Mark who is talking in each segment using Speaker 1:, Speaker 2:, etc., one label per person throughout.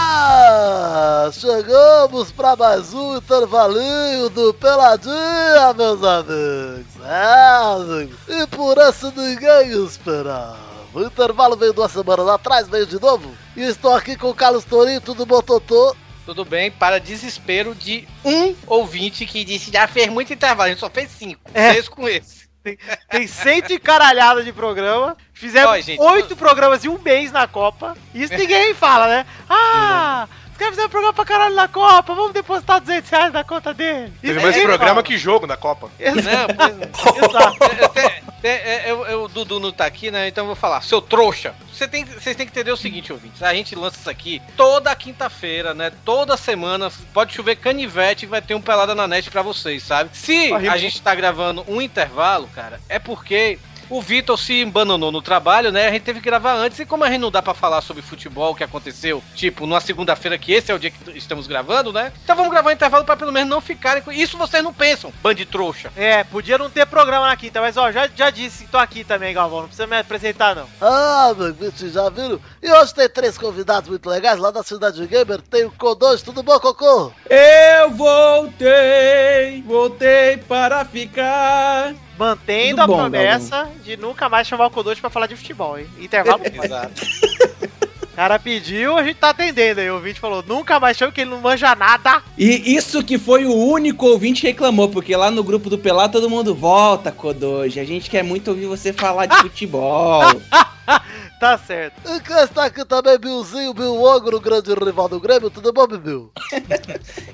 Speaker 1: Ah! Chegamos para mais um intervalinho do Peladinha, meus amigos. É, amigos. E por essa ninguém esperava. O intervalo veio duas semanas atrás, veio de novo. E estou aqui com o Carlos Torito do Mototô.
Speaker 2: Tudo bem, para desespero de um ouvinte que disse já fez muito intervalo, a gente só fez cinco.
Speaker 3: É.
Speaker 2: Fez com esse.
Speaker 3: Tem cento e caralhada de programa.
Speaker 2: Ó,
Speaker 3: Fizemos
Speaker 2: gente,
Speaker 3: oito programas em um mês na Copa. Isso ninguém fala, né? Ah, os caras fizeram programa pra caralho na Copa. Vamos depositar 200 reais na conta dele. Isso
Speaker 4: Teve mais
Speaker 5: é,
Speaker 3: ninguém
Speaker 4: programa
Speaker 3: fala.
Speaker 4: que jogo na Copa.
Speaker 2: Não,
Speaker 3: Exato.
Speaker 2: Né? É, é, eu- eu- o Dudu não tá aqui, né? Então eu vou falar. Seu trouxa, você tem, vocês têm que entender o seguinte, ouvintes. A gente lança isso aqui toda quinta-feira, né? Toda semana. Pode chover canivete e vai ter um pelada na net pra vocês, sabe? Se
Speaker 3: Horrível.
Speaker 2: a gente tá gravando um intervalo, cara, é porque. O Vitor se embananou no trabalho, né? A gente teve que gravar antes. E como a gente não dá pra falar sobre futebol, o que aconteceu, tipo, numa segunda-feira, que esse é o dia que t- estamos gravando, né? Então vamos gravar um intervalo pra pelo menos não ficarem com. Isso vocês não pensam, bando de trouxa.
Speaker 3: É, podia não ter programa na quinta, mas ó, já, já disse que tô aqui também, Galvão. Não precisa me apresentar, não.
Speaker 1: Ah, meu bicho, já viram? E hoje tem três convidados muito legais lá da Cidade Gamer. Tem o K2, tudo bom, Cocô?
Speaker 6: Eu voltei, voltei para ficar.
Speaker 3: Mantendo
Speaker 6: Tudo
Speaker 3: a
Speaker 6: bom,
Speaker 3: promessa de nunca mais chamar o Kodoshi pra falar de futebol, hein? Intervalo. não pode.
Speaker 2: Exato.
Speaker 3: o cara pediu, a gente tá atendendo. Aí o ouvinte falou: nunca mais chama, que ele não manja nada.
Speaker 6: E isso que foi o único ouvinte que reclamou, porque lá no grupo do Pelado todo mundo volta, Kodoji. A gente quer muito ouvir você falar
Speaker 5: Ah!
Speaker 6: de futebol.
Speaker 3: Tá certo.
Speaker 1: E quem está aqui também, Bilzinho, Bil Ogro, o grande rival do Grêmio. Tudo bom, Bibil?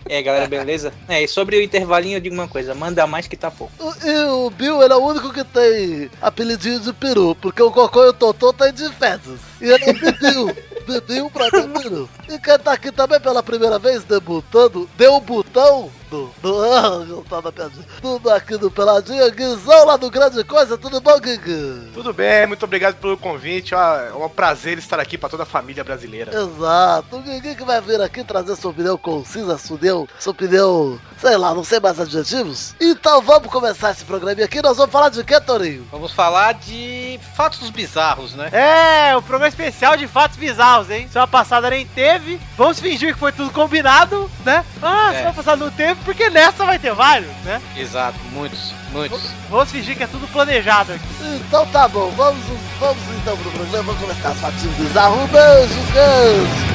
Speaker 5: É, galera, beleza? É, e sobre o intervalinho, eu digo uma coisa: manda mais que tá pouco.
Speaker 1: O- E o Bill, ele é o único que tem apelidinho de peru, porque o Cocô e o Totô tem de fezes. E ele é Bibiu. Bibiu pra ter peru. E quem tá aqui também pela primeira vez, debutando, deu o botão do... do ah, não tá na piadinha. Tudo aqui do Peladinho, Guizão lá do Grande Coisa. Tudo bom, Guigui?
Speaker 4: Tudo bem, muito obrigado pelo convite. ó, É um prazer estar aqui para toda a família brasileira.
Speaker 1: Exato, o Guigui que vai vir aqui trazer sua opinião concisa, sua opinião, sua opinião, sei lá, não sei mais adjetivos. Então vamos começar esse programinha aqui, nós vamos falar de quê, Torinho?
Speaker 2: Vamos falar de fatos bizarros, né?
Speaker 3: É, o programa especial de fatos bizarros, hein? Semana passada nem teve. Vamos fingir que foi tudo combinado, né? Ah,
Speaker 2: É.
Speaker 3: semana passada não teve, porque nessa vai ter vários, né?
Speaker 2: Exato, muitos, muitos.
Speaker 3: Vamos fingir que é tudo planejado aqui.
Speaker 1: Então tá bom, vamos, vamos então pro programa, vamos começar as fatinhas bizarro. Um beijo, beijo.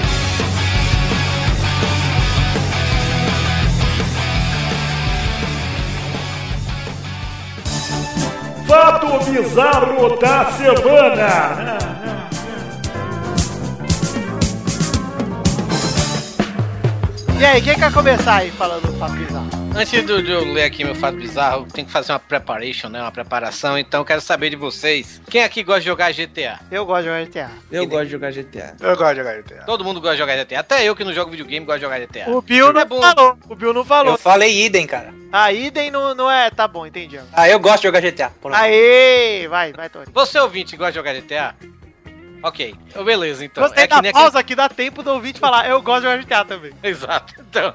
Speaker 7: Fato bizarro da semana.
Speaker 3: E aí, quem quer começar aí falando do fato bizarro?
Speaker 2: Antes do- de eu ler aqui meu fato bizarro, eu tenho que fazer uma preparation, né? Uma preparação, então eu quero saber de vocês. Quem aqui gosta de jogar GTA?
Speaker 3: Eu gosto de jogar GTA.
Speaker 6: Eu gosto de jogar GTA.
Speaker 4: Eu gosto de HLTA.
Speaker 2: Todo mundo gosta de jogar GTA. Até eu que não jogo videogame gosto de jogar GTA.
Speaker 3: O Bill não
Speaker 2: É bom.
Speaker 3: falou. O Bill não falou.
Speaker 5: Eu falei idem, cara.
Speaker 3: A idem não, não é. Tá bom, entendi. agora.
Speaker 5: Ah, eu gosto de jogar GTA. Pronto.
Speaker 3: Aê! Vai, vai, Tony.
Speaker 2: Você ouvinte gosta de jogar GTA? Ok, Então, beleza então.
Speaker 3: Gostei
Speaker 2: É que
Speaker 3: da
Speaker 2: nem aquele-
Speaker 3: pausa que dá tempo do ouvinte falar. Eu gosto de jogar GTA também.
Speaker 2: Exato. Então.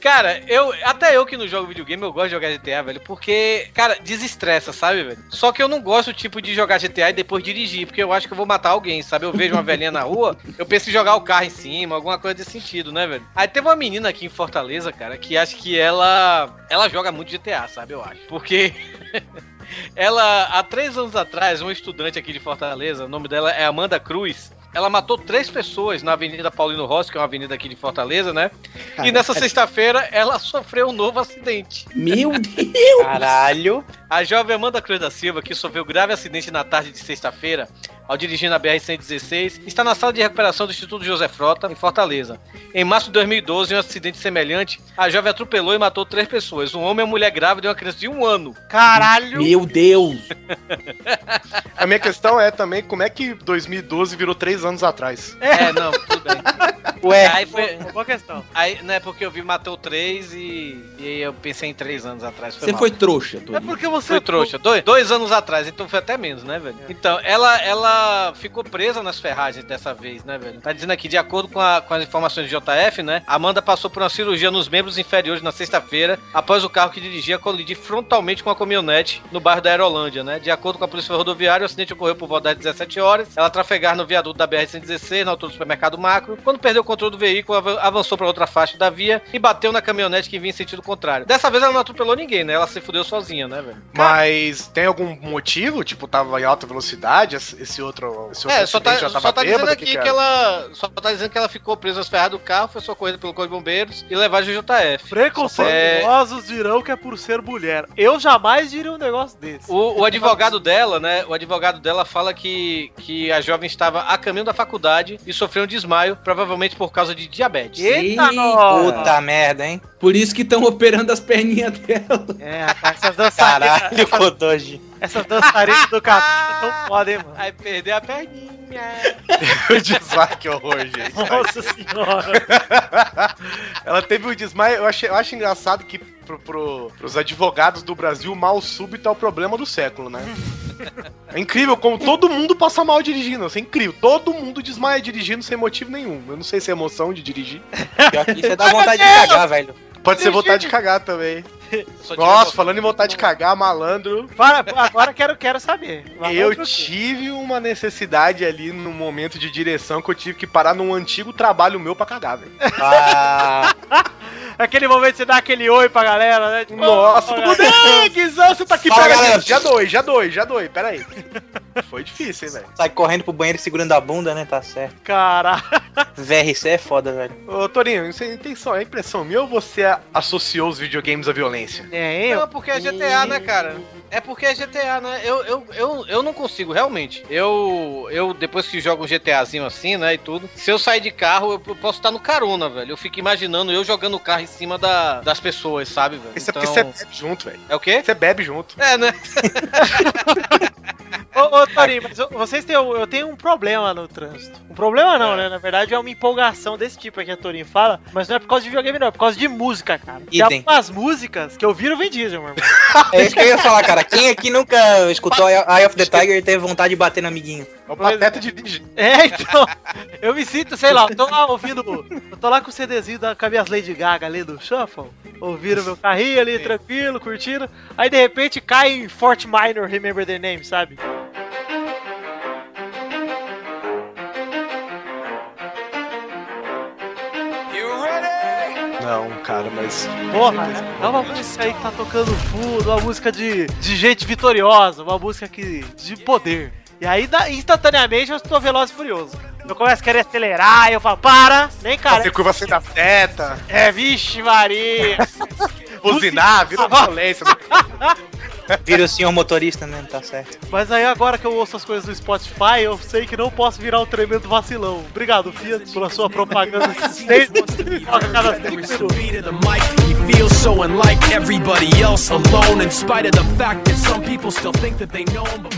Speaker 2: cara, eu. Até eu que não jogo videogame, eu gosto de jogar GTA, velho. Porque, cara, desestressa, sabe, velho? Só que eu não gosto, tipo, de jogar GTA e depois dirigir, porque eu acho que eu vou matar alguém, sabe? Eu vejo uma velhinha na rua, eu penso em jogar o carro em cima, alguma coisa desse sentido, né, velho? Aí teve uma menina aqui em Fortaleza, cara, que acho que ela. Ela joga muito GTA, sabe, eu acho. Porque. Ela, há três anos atrás, uma estudante aqui de Fortaleza, o nome dela é Amanda Cruz, ela matou três pessoas na Avenida Paulino Rossi, que é uma avenida aqui de Fortaleza, né? E nessa sexta-feira ela sofreu um novo acidente.
Speaker 6: Meu Deus!
Speaker 5: Caralho.
Speaker 2: A jovem Amanda Cruz da Silva, que sofreu grave acidente na tarde de sexta-feira, ao dirigir na BR-116, está na sala de recuperação do Instituto José Frota, em Fortaleza. Em março de 2012, em um acidente semelhante, a jovem atropelou e matou três pessoas, um homem, uma mulher grávida e uma criança de um ano.
Speaker 3: Caralho!
Speaker 6: Meu Deus!
Speaker 4: A minha questão é também como é que 2012 virou três anos atrás.
Speaker 2: É, não, tudo bem.
Speaker 5: Ué,
Speaker 2: Aí foi.
Speaker 3: Boa- Boa questão.
Speaker 2: Aí, né, porque eu vi Matou 3 e, e aí eu pensei em 3 anos atrás.
Speaker 6: Você
Speaker 2: mal.
Speaker 6: foi trouxa,
Speaker 3: É
Speaker 6: Torinho.
Speaker 3: porque você.
Speaker 2: Foi trouxa, dois, dois anos atrás, então foi até menos, né, velho? Então, ela, ela ficou presa nas ferragens dessa vez, né, velho? Tá dizendo aqui, de acordo com, a- com as informações do JF, né? Amanda passou por uma cirurgia nos membros inferiores na sexta-feira, após o carro que dirigia colidir frontalmente com a caminhonete no bairro da Aerolândia, né? De acordo com a polícia ferroviária, o acidente ocorreu por volta das 17 horas. Ela trafegava no viaduto da BR-116, na altura do supermercado Macro. Quando perdeu o controle do veículo, av- avançou para outra faixa da via e bateu na caminhonete que vinha em sentido contrário. Dessa vez ela não atropelou ninguém, né? Ela se fudeu sozinha, né, velho?
Speaker 4: Mas tem algum motivo? Tipo, tava em alta velocidade, esse esse outro. Esse outro
Speaker 2: É, só tá,
Speaker 4: acidente
Speaker 2: só tá dizendo
Speaker 4: bêbado,
Speaker 2: aqui que, ela. Só tá dizendo que ela ficou presa às ferras do carro, foi socorrida pelo Corpo de Bombeiros e levada ao JF.
Speaker 3: Preconceituosos dirão que é por ser mulher. Eu jamais diria um negócio desse.
Speaker 2: O, o advogado dela, né? O advogado dela fala que, que a jovem estava a caminho da faculdade e sofreu um desmaio, provavelmente por causa de diabetes.
Speaker 3: Eita,
Speaker 6: Eita,
Speaker 3: nós!
Speaker 5: puta merda, hein?
Speaker 6: Por isso que estão operando as perninhas dela.
Speaker 3: É, rapaz, essas dançarinas,
Speaker 5: Caralho, Kodoji.
Speaker 3: essas dançarinas do capim não podem, mano.
Speaker 2: Aí perdeu a perninha.
Speaker 4: o desmaio, que horror, gente.
Speaker 7: Nossa senhora.
Speaker 4: Ela teve um desmaio. Eu, achei, eu acho engraçado que pro, pro, pros advogados do Brasil, o mal súbito é o problema do século, né? É incrível como todo mundo passa mal dirigindo. Assim, é incrível. Todo mundo desmaia dirigindo sem motivo nenhum. Eu não sei se é emoção de dirigir.
Speaker 5: Pior que isso é dar vontade de cagar, velho.
Speaker 4: Pode ser vontade de cagar também.
Speaker 2: Só tive
Speaker 4: Nossa, falando em vontade de cagar, malandro.
Speaker 3: Para, agora quero, quero saber. Agora
Speaker 4: eu
Speaker 3: quero saber.
Speaker 4: tive uma necessidade ali no momento de direção que eu tive que parar num antigo trabalho meu pra cagar, velho.
Speaker 5: Ah,
Speaker 3: Aquele momento que você dá aquele oi pra galera, né? Tipo,
Speaker 4: Nossa,
Speaker 3: "Ô,
Speaker 4: oh, você tá aqui,
Speaker 5: Fala,
Speaker 4: pega
Speaker 5: galera.
Speaker 4: aqui. Já doi, já doi, já doi, peraí. Foi difícil, hein, velho.
Speaker 5: sai correndo pro banheiro segurando a bunda, né? Tá certo.
Speaker 3: Caralho.
Speaker 5: VRC é foda, velho.
Speaker 4: Ô, Torinho, você tem só a impressão minha ou você associou os videogames à violência?
Speaker 3: É,
Speaker 2: Não,
Speaker 3: eu.
Speaker 2: é porque é GTA, né, cara? É porque é GTA, né? Eu, eu, eu, eu não consigo, realmente. Eu, eu, depois que jogo um GTAzinho assim, né, e tudo, se eu sair de carro, eu, eu posso estar no carona, velho. Eu fico imaginando eu jogando o carro em cima da, das pessoas, sabe, velho?
Speaker 4: Isso
Speaker 2: Então,
Speaker 4: é porque você bebe junto, velho.
Speaker 2: É o quê?
Speaker 4: Você bebe junto.
Speaker 2: É, né?
Speaker 3: Ô, ô Torinho, mas eu- vocês têm. Eu tenho um problema no trânsito. Um problema não, né? Na verdade é uma empolgação desse tipo é que a Torinho fala, mas não é por causa de videogame, não, é por causa de música, cara. Tem
Speaker 5: Idem.
Speaker 3: algumas músicas que eu viro Vin Diesel, meu irmão.
Speaker 5: É isso que eu ia falar, cara. Quem aqui nunca escutou Eye of the Tiger e teve vontade de bater no amiguinho?
Speaker 4: É o pateta de dirigir.
Speaker 3: É, então. Eu me sinto, sei lá, eu tô lá ouvindo. Eu tô lá com o CDzinho da, com as minhas Lady Gaga ali do Shuffle. Ouvindo meu carrinho ali, tranquilo, curtindo. Aí de repente cai em Fort Minor, Remember the Name, sabe?
Speaker 4: Não, cara, mas.
Speaker 3: Porra, né? é uma música aí que tá tocando fundo, uma música de, de gente vitoriosa, uma música que, de poder. E aí, da- instantaneamente, eu estou veloz e furioso. Eu começo a querer acelerar, eu falo, para, nem cara.
Speaker 4: Fazer curva sem dar seta,
Speaker 3: É, vixe, Maria!
Speaker 4: buzinar, vira violência.
Speaker 5: Vira o senhor motorista, né? Tá certo.
Speaker 3: Mas aí agora que eu ouço as coisas do Spotify, eu sei que não posso virar um tremendo vacilão. Obrigado, Fiat, pela sua propaganda. Toca cada cinco minutos.
Speaker 8: Beat of the mic, he feels so unlike everybody else alone, in spite of the fact that some people still think that they know him. But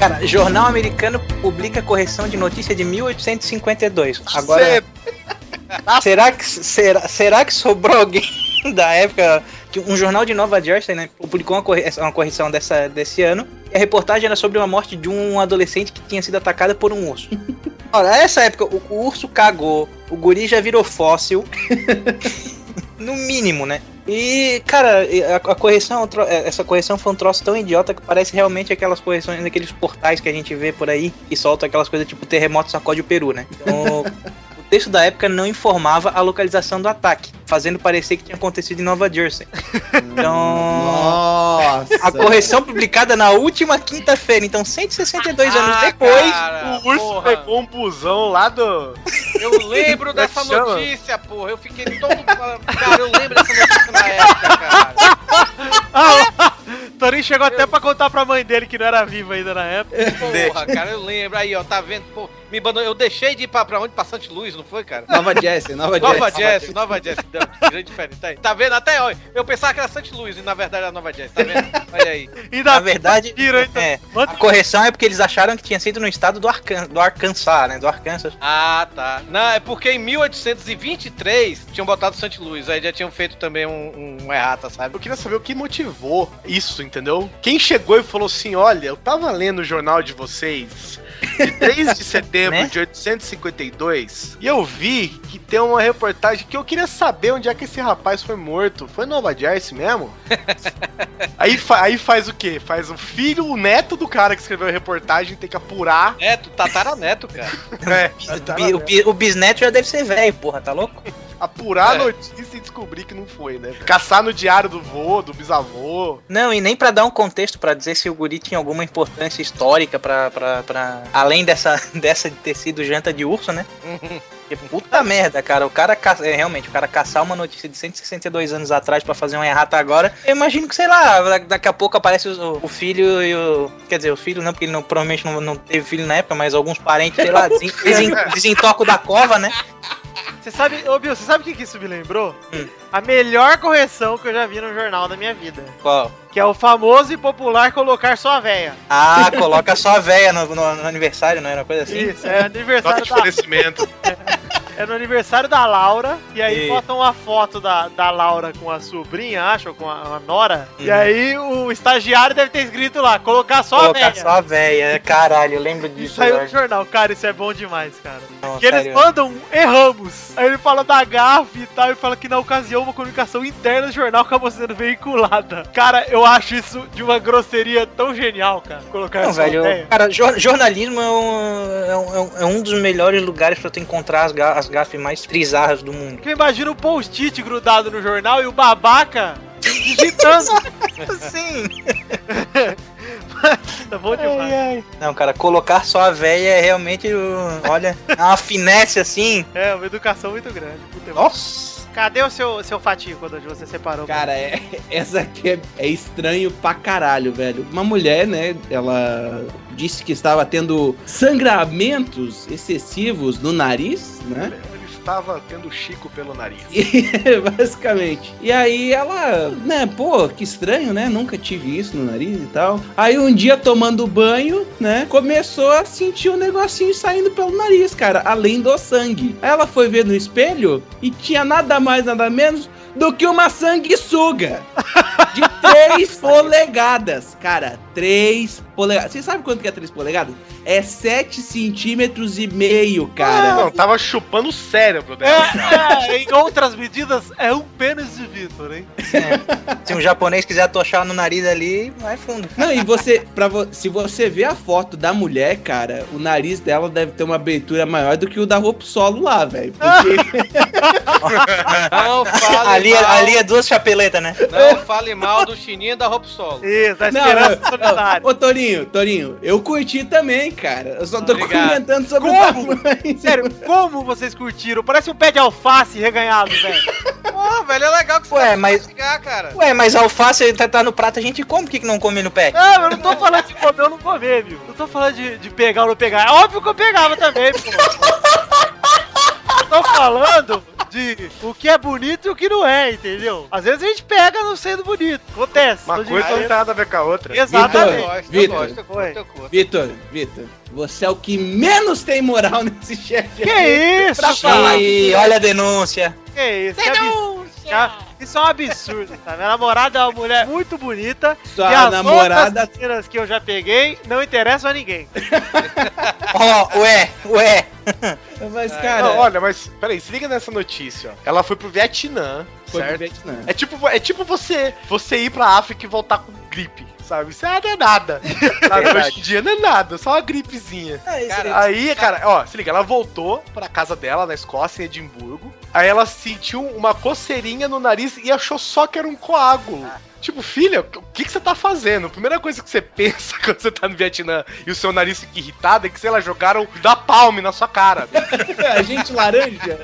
Speaker 5: Cara, jornal americano publica correção de notícia de 1852. Agora.
Speaker 4: é
Speaker 5: Será que, será, será que sobrou alguém da época que um jornal de Nova Jersey né, publicou uma, corre- uma correção dessa, desse ano? E a reportagem era sobre uma morte de um adolescente que tinha sido atacado por um urso. Olha, nessa época o, o urso cagou, o guri já virou fóssil. no mínimo, né? E, cara, a, a correção, é um tro- é, essa correção foi um troço tão idiota que parece realmente aquelas correções daqueles portais que a gente vê por aí que soltam aquelas coisas tipo terremoto sacode o Peru, né? Então, o texto da época não informava a localização do ataque, fazendo parecer que tinha acontecido em Nova Jersey. Então.
Speaker 6: Nossa.
Speaker 5: A correção publicada na última quinta-feira, então 162 anos
Speaker 3: Ah,
Speaker 5: depois.
Speaker 2: Ah, cara,
Speaker 4: o urso
Speaker 2: porra.
Speaker 4: pegou um busão lá do.
Speaker 2: Eu lembro dessa
Speaker 4: Como é que chama?
Speaker 2: notícia, porra. Eu fiquei todo. Cara, eu lembro dessa notícia na época, cara.
Speaker 3: Torinho chegou até pra contar pra mãe dele que não era viva ainda na época.
Speaker 2: Porra, cara, eu lembro. Aí, ó, tá vendo? Pô, me abandonou. Eu deixei de ir pra, pra onde? Pra Santos Luz, não foi, cara?
Speaker 6: Nova Jesse, Nova Jesse.
Speaker 2: Nova Jess, Nova Jess. Deu grande diferença. Tá, aí. tá vendo? Até ó, eu pensava que era Santos Luz e na verdade era Nova Jess. Tá vendo? Olha aí.
Speaker 3: Ainda
Speaker 5: Na verdade,
Speaker 3: tira, então.
Speaker 5: é,
Speaker 3: Manda-
Speaker 5: a correção é porque eles acharam que tinha sido no estado do, Arcan do Arkansas, né? Do Arkansas.
Speaker 2: Ah, tá. Não, é porque em 1823 tinham botado Santos Luz. Aí já tinham feito também um, um errata, sabe?
Speaker 4: Eu queria saber o que motivou isso, entendeu? Quem chegou e falou assim: olha, eu tava lendo o jornal de vocês de 3 de setembro
Speaker 5: Né?
Speaker 4: de 852 e eu vi que tem uma reportagem que eu queria saber onde é que esse rapaz foi morto. Foi em Nova Jersey mesmo? aí, fa- aí faz o quê? Faz o filho, o neto do cara que escreveu a reportagem, tem que apurar.
Speaker 2: Neto, tataraneto, cara.
Speaker 4: É,
Speaker 5: Bi- o, bi- o bisneto já deve ser velho, porra, tá louco?
Speaker 4: apurar
Speaker 2: É.
Speaker 4: a notícia e descobrir que não foi, né? Caçar no diário do vô, do bisavô.
Speaker 5: Não, e nem pra dar um contexto pra dizer se o guri tinha alguma importância histórica pra. pra, pra- além dessa, dessa de ter sido janta de urso, né? Porque puta merda, cara. O cara ca- é, realmente, o cara caçar uma notícia de 162 anos atrás pra fazer um errata agora. Eu imagino que, sei lá, da- daqui a pouco aparece o, o filho e o. Quer dizer, o filho não, porque ele não- provavelmente não, não teve filho na época, mas alguns parentes, sei lá, desen, desen- desentoco da cova, né?
Speaker 3: Você sabe, ô Bill, você sabe o que, que isso me lembrou? A melhor correção que eu já vi no jornal da minha vida.
Speaker 5: Qual?
Speaker 3: Que é o famoso e popular colocar sua véia.
Speaker 5: Ah, coloca só a véia no, no- no aniversário, não era uma coisa assim?
Speaker 3: Isso, é
Speaker 4: Nota
Speaker 3: aniversário
Speaker 4: de
Speaker 3: da,
Speaker 4: falecimento.
Speaker 3: é no aniversário da Laura, e aí
Speaker 5: E-
Speaker 3: botam uma foto da, da Laura com a sobrinha, acho, ou com a, a Nora. E aí o estagiário deve ter escrito lá, colocar só a
Speaker 5: Colocar
Speaker 3: véia.
Speaker 5: só a véia, caralho, eu lembro disso.
Speaker 3: Saiu no
Speaker 5: velho.
Speaker 3: jornal, cara, isso é bom demais, cara.
Speaker 5: Não,
Speaker 3: Que eles
Speaker 5: sério.
Speaker 3: mandam um erramos. Aí ele fala da gafe e tal, e fala que na ocasião uma comunicação interna do jornal acabou sendo veiculada. Cara, eu acho isso de uma grosseria tão genial, cara. Colocar
Speaker 5: Não,
Speaker 3: essa
Speaker 5: velho,
Speaker 3: ideia.
Speaker 5: cara, jor- jornalismo é um, é, um- é um- é um dos melhores lugares pra tu encontrar as, ga- as gafes mais bizarras do mundo.
Speaker 3: Porque eu imagino o post-it grudado no jornal e o babaca digitando.
Speaker 5: Sim!
Speaker 3: tá bom demais.
Speaker 5: Não, cara, colocar só a véia é realmente, o- olha, é uma finesse assim.
Speaker 3: É, uma educação muito grande. Muito bom.
Speaker 5: Nossa!
Speaker 3: Cadê o seu, seu fatinho quando você separou?
Speaker 6: Cara, é- essa aqui é, é estranho pra caralho, velho. Uma mulher, né, ela disse que estava tendo sangramentos excessivos no nariz, né?
Speaker 4: Ele estava tendo Chico pelo nariz.
Speaker 6: E, basicamente. E aí ela, né, pô, que estranho, né? Nunca tive isso no nariz e tal. Aí um dia tomando banho, né, começou a sentir um negocinho saindo pelo nariz, cara, além do sangue. Aí ela foi ver no espelho e tinha nada mais, nada menos do que uma sanguessuga de três polegadas, cara. Três polegadas. Você sabe quanto que é três polegadas? É sete centímetros e meio, cara.
Speaker 4: Não, tava chupando o cérebro dela.
Speaker 3: É, é, em outras medidas, é um pênis de Vitor, hein?
Speaker 5: Se um japonês quiser atochar no nariz ali, vai fundo.
Speaker 6: Não, e você, pra vo- se você ver a foto da mulher, cara, o nariz dela deve ter uma abertura maior do que o da roupa solo lá, velho. Porque
Speaker 2: Não fale
Speaker 5: Ali, é-
Speaker 2: mal,
Speaker 5: ali é duas chapeletas, né?
Speaker 2: Não fale mal do chininho da roupa solo.
Speaker 3: Isso, a
Speaker 6: Não,
Speaker 3: esperança
Speaker 6: não,
Speaker 3: solidária.
Speaker 6: Ô, Torinho, Torinho, eu curti também, cara. Eu só tô
Speaker 2: Obrigado.
Speaker 6: comentando sobre o
Speaker 3: Como?
Speaker 6: tamanho.
Speaker 3: Sério, como vocês curtiram? Parece um pé de alface reganhado, velho.
Speaker 2: Pô, velho, é legal que você
Speaker 5: Ué,
Speaker 2: vai
Speaker 5: mas-
Speaker 2: mastigar, cara.
Speaker 5: Ué, mas alface tá, tá no prato, a gente come, por que, que não come no pé?
Speaker 3: Não, eu não tô falando de comer ou não comer, viu? Não tô falando de, de pegar ou não pegar. É Óbvio que eu pegava também, pô. Eu tô falando de o que é bonito e o que não é, entendeu? Às vezes a gente pega não sendo bonito. Acontece.
Speaker 4: Uma
Speaker 3: Tô de-
Speaker 4: coisa não tem nada a ver com a outra.
Speaker 2: Eu
Speaker 3: Exatamente.
Speaker 2: gosto, eu
Speaker 6: Vitor,
Speaker 2: gosto, eu
Speaker 3: Oi.
Speaker 2: curto, eu curto.
Speaker 6: Vitor, Vitor, você é o que menos tem moral nesse chat.
Speaker 3: Que é isso,
Speaker 6: Pra falar.
Speaker 3: cara?
Speaker 5: E olha a denúncia.
Speaker 3: Que isso? Que é absurdo. Isso é um absurdo, sabe? Minha namorada é uma mulher muito bonita.
Speaker 6: Sua
Speaker 3: e as
Speaker 6: namorada.
Speaker 3: outras meninas que eu já peguei não interessam a ninguém.
Speaker 5: Ó, ué, ué.
Speaker 6: Mas,
Speaker 4: Não,
Speaker 6: cara,
Speaker 4: olha, mas peraí, se liga nessa notícia. ó. Ela foi pro Vietnã,
Speaker 6: foi né? pro
Speaker 4: certo?
Speaker 6: Vietnã.
Speaker 4: É tipo, é tipo você, você ir pra África e voltar com gripe, sabe? Isso aí não é nada. Sabe? Hoje em dia não é nada, só uma gripezinha.
Speaker 2: Cara,
Speaker 4: Aí, cara, ó, se liga, ela voltou pra casa dela na Escócia, em Edimburgo. Aí ela sentiu uma coceirinha no nariz e achou só que era um coágulo. Tipo, filha, o que, que você tá fazendo? A primeira coisa que você pensa quando você tá no Vietnã e o seu nariz fica irritado é que, sei lá, jogaram da palme na sua cara.
Speaker 6: A gente laranja?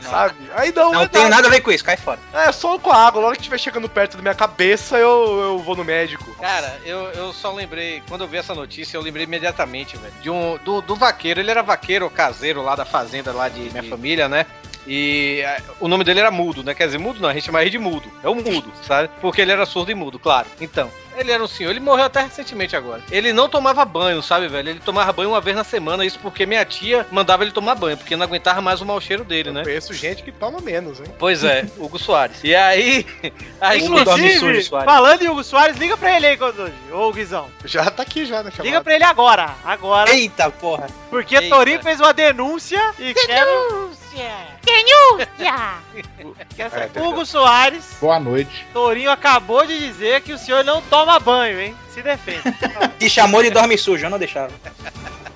Speaker 4: sabe? Aí não,
Speaker 5: Não
Speaker 4: é
Speaker 5: tenho nada a ver com isso, cai fora.
Speaker 4: É, só com a água. Logo que estiver chegando perto da minha cabeça, eu, eu vou no médico.
Speaker 2: Cara, eu, eu só lembrei, quando eu vi essa notícia, eu lembrei imediatamente, velho, de um, do, do vaqueiro, ele era vaqueiro caseiro lá da fazenda lá de minha família, né? E eh, o nome dele era Mudo, né? Quer dizer, Mudo não, a gente chama ele de Mudo. É o Mudo, sabe? Porque ele era surdo e mudo, claro. Então, ele era um senhor, ele morreu até recentemente agora. Ele não tomava banho, sabe, velho? Ele tomava banho uma vez na semana, isso porque minha tia mandava ele tomar banho, porque não aguentava mais o mau cheiro dele, né?
Speaker 4: Eu conheço gente que toma menos, hein?
Speaker 2: Pois é, Hugo Soares. E aí. aí
Speaker 3: Inclusive, falando em Hugo Soares, liga pra ele aí, Godunji, ô Guizão.
Speaker 4: Já tá aqui já, né? chamada.
Speaker 3: Liga pra ele agora, agora.
Speaker 5: Eita porra.
Speaker 3: Porque
Speaker 2: Eita.
Speaker 3: Torinho fez uma denúncia e quero, quero
Speaker 4: É,
Speaker 3: saber.
Speaker 4: tem-
Speaker 3: Hugo Soares,
Speaker 9: Boa noite.
Speaker 3: Torinho acabou de dizer que o senhor não toma banho, hein? Se defende.
Speaker 5: Te chamou de dorme sujo, eu não deixava.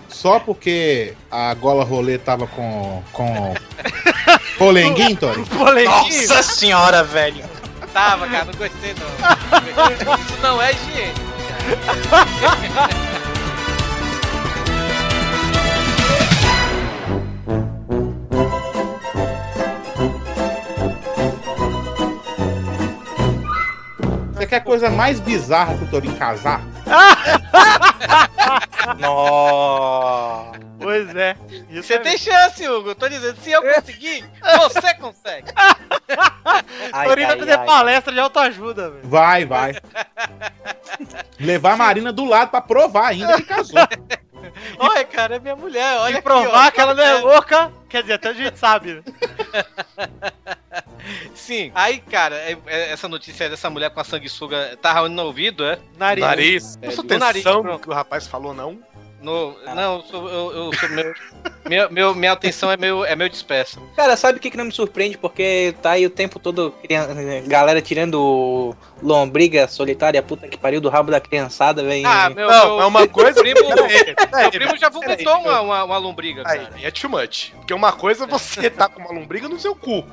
Speaker 9: Só porque a gola rolê tava com. com. Polenguinho, Tori?
Speaker 3: Boletim.
Speaker 5: Nossa senhora, velho.
Speaker 2: Tava, cara, não gostei não. Isso não é higiene.
Speaker 9: Você quer a coisa mais bizarra pro Torinho casar?
Speaker 5: Nossa.
Speaker 3: Pois é. Isso
Speaker 2: Você
Speaker 3: é
Speaker 2: tem chance, Hugo. Eu Tô dizendo, se eu conseguir, você consegue.
Speaker 5: Ai,
Speaker 3: Torinho vai
Speaker 5: ai,
Speaker 3: fazer
Speaker 5: ai.
Speaker 3: palestra de autoajuda, velho.
Speaker 9: Vai, vai. Levar a Marina do lado pra provar ainda que casou.
Speaker 2: Olha, cara, é minha mulher. Olha
Speaker 3: E
Speaker 2: aqui,
Speaker 3: provar
Speaker 2: ó. Tá
Speaker 3: que ela não é louca. Quer dizer, até a gente sabe. né?
Speaker 2: Sim. Aí, cara, é- é- essa notícia aí dessa mulher com a sanguessuga tá ralando no ouvido, é?
Speaker 3: Nariz.
Speaker 4: Nariz.
Speaker 2: É,
Speaker 4: Prestou
Speaker 2: do nariz,
Speaker 4: atenção no
Speaker 2: pronto.
Speaker 4: que o rapaz falou, não?
Speaker 2: No,
Speaker 4: Ah.
Speaker 2: não, eu sou, eu, eu sou meu, meu, meu- Minha atenção é meio, é meio dispersa.
Speaker 5: Cara, sabe o que, que não me surpreende? Porque tá aí o tempo todo crian- galera tirando lombriga solitária, puta que pariu, do rabo da criançada, velho.
Speaker 2: Ah, meu,
Speaker 4: Não,
Speaker 2: meu,
Speaker 4: é uma coisa.
Speaker 2: primo,
Speaker 4: Peraí, peraí,
Speaker 2: meu primo já vomitou uma, uma, uma lombriga,
Speaker 4: Aí,
Speaker 2: cara.
Speaker 4: aí é too much. Porque uma coisa é você tá com uma lombriga no seu cu.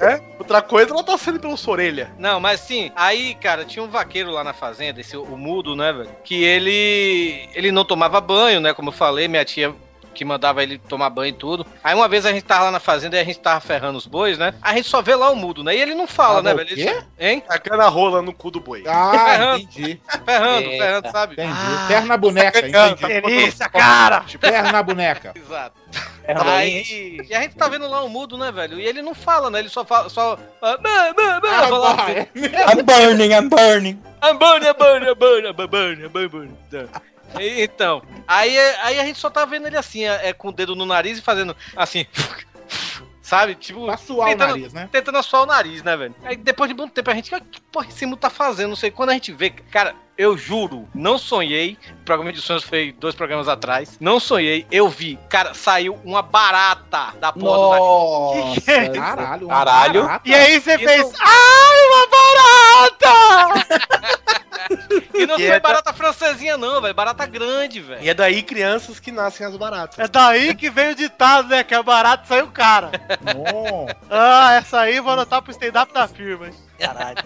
Speaker 4: né? Outra coisa ela tá saindo pela sua orelha.
Speaker 2: Não, mas sim, aí, cara, tinha um vaqueiro lá na fazenda, esse o mudo, né, velho? Que ele ele não tomava banho, né? Como eu falei, minha tia que mandava ele tomar banho e tudo. Aí uma vez a gente tava lá na fazenda e a gente tava ferrando os bois, né? A gente só vê lá o mudo, né? E ele não fala, né,
Speaker 9: o
Speaker 2: velho? Ele
Speaker 9: quê?
Speaker 2: só- hein?
Speaker 4: A cana rola no cu do boi.
Speaker 3: Tá.
Speaker 9: Ah, entendi.
Speaker 2: Ferrando,
Speaker 5: Eita.
Speaker 2: ferrando, sabe? Ah,
Speaker 9: Entendi. Perna boneca, entendi.
Speaker 3: Delícia, cara!
Speaker 4: Tipo,
Speaker 9: Perna boneca.
Speaker 2: Exato.
Speaker 5: É ruim, hein?
Speaker 2: Aí, e a gente tá vendo lá o mudo, né, velho? E ele não fala, né? Ele só fala, só. ah, bah, bah, bah, fala assim.
Speaker 9: é.
Speaker 5: I'm burning, I'm burning.
Speaker 2: Abana, abana, abana, abana, abana. ah, E- Então, aí, aí a gente só tá vendo ele assim, é, é, com o dedo no nariz e fazendo assim, sabe? Tipo,
Speaker 9: Pra suar o
Speaker 2: Tentando-
Speaker 9: nariz, né?
Speaker 2: tentando assoar o nariz, né, velho? Aí depois de muito tempo a gente, "Ah, que porra esse mundo tá fazendo? Não sei. Quando a gente vê, cara, eu juro, não sonhei. O programa de sonhos foi dois programas atrás. Não sonhei, eu vi. Cara, saiu uma barata da porra do nariz.
Speaker 4: né?
Speaker 6: Nossa.
Speaker 9: Caralho. um uma
Speaker 5: Caralho.
Speaker 9: barata.
Speaker 3: E aí você
Speaker 2: Isso-
Speaker 3: fez. Ai, uma barata!
Speaker 2: E não
Speaker 4: E
Speaker 2: foi
Speaker 4: é da-
Speaker 2: barata francesinha, não, velho. Barata grande, velho.
Speaker 4: E é daí crianças que nascem as baratas.
Speaker 3: É daí que veio o ditado, né? Que é barato saiu o cara.
Speaker 9: Bom.
Speaker 3: Ah, essa aí eu vou anotar pro stand-up da firma, hein?
Speaker 5: Caralho.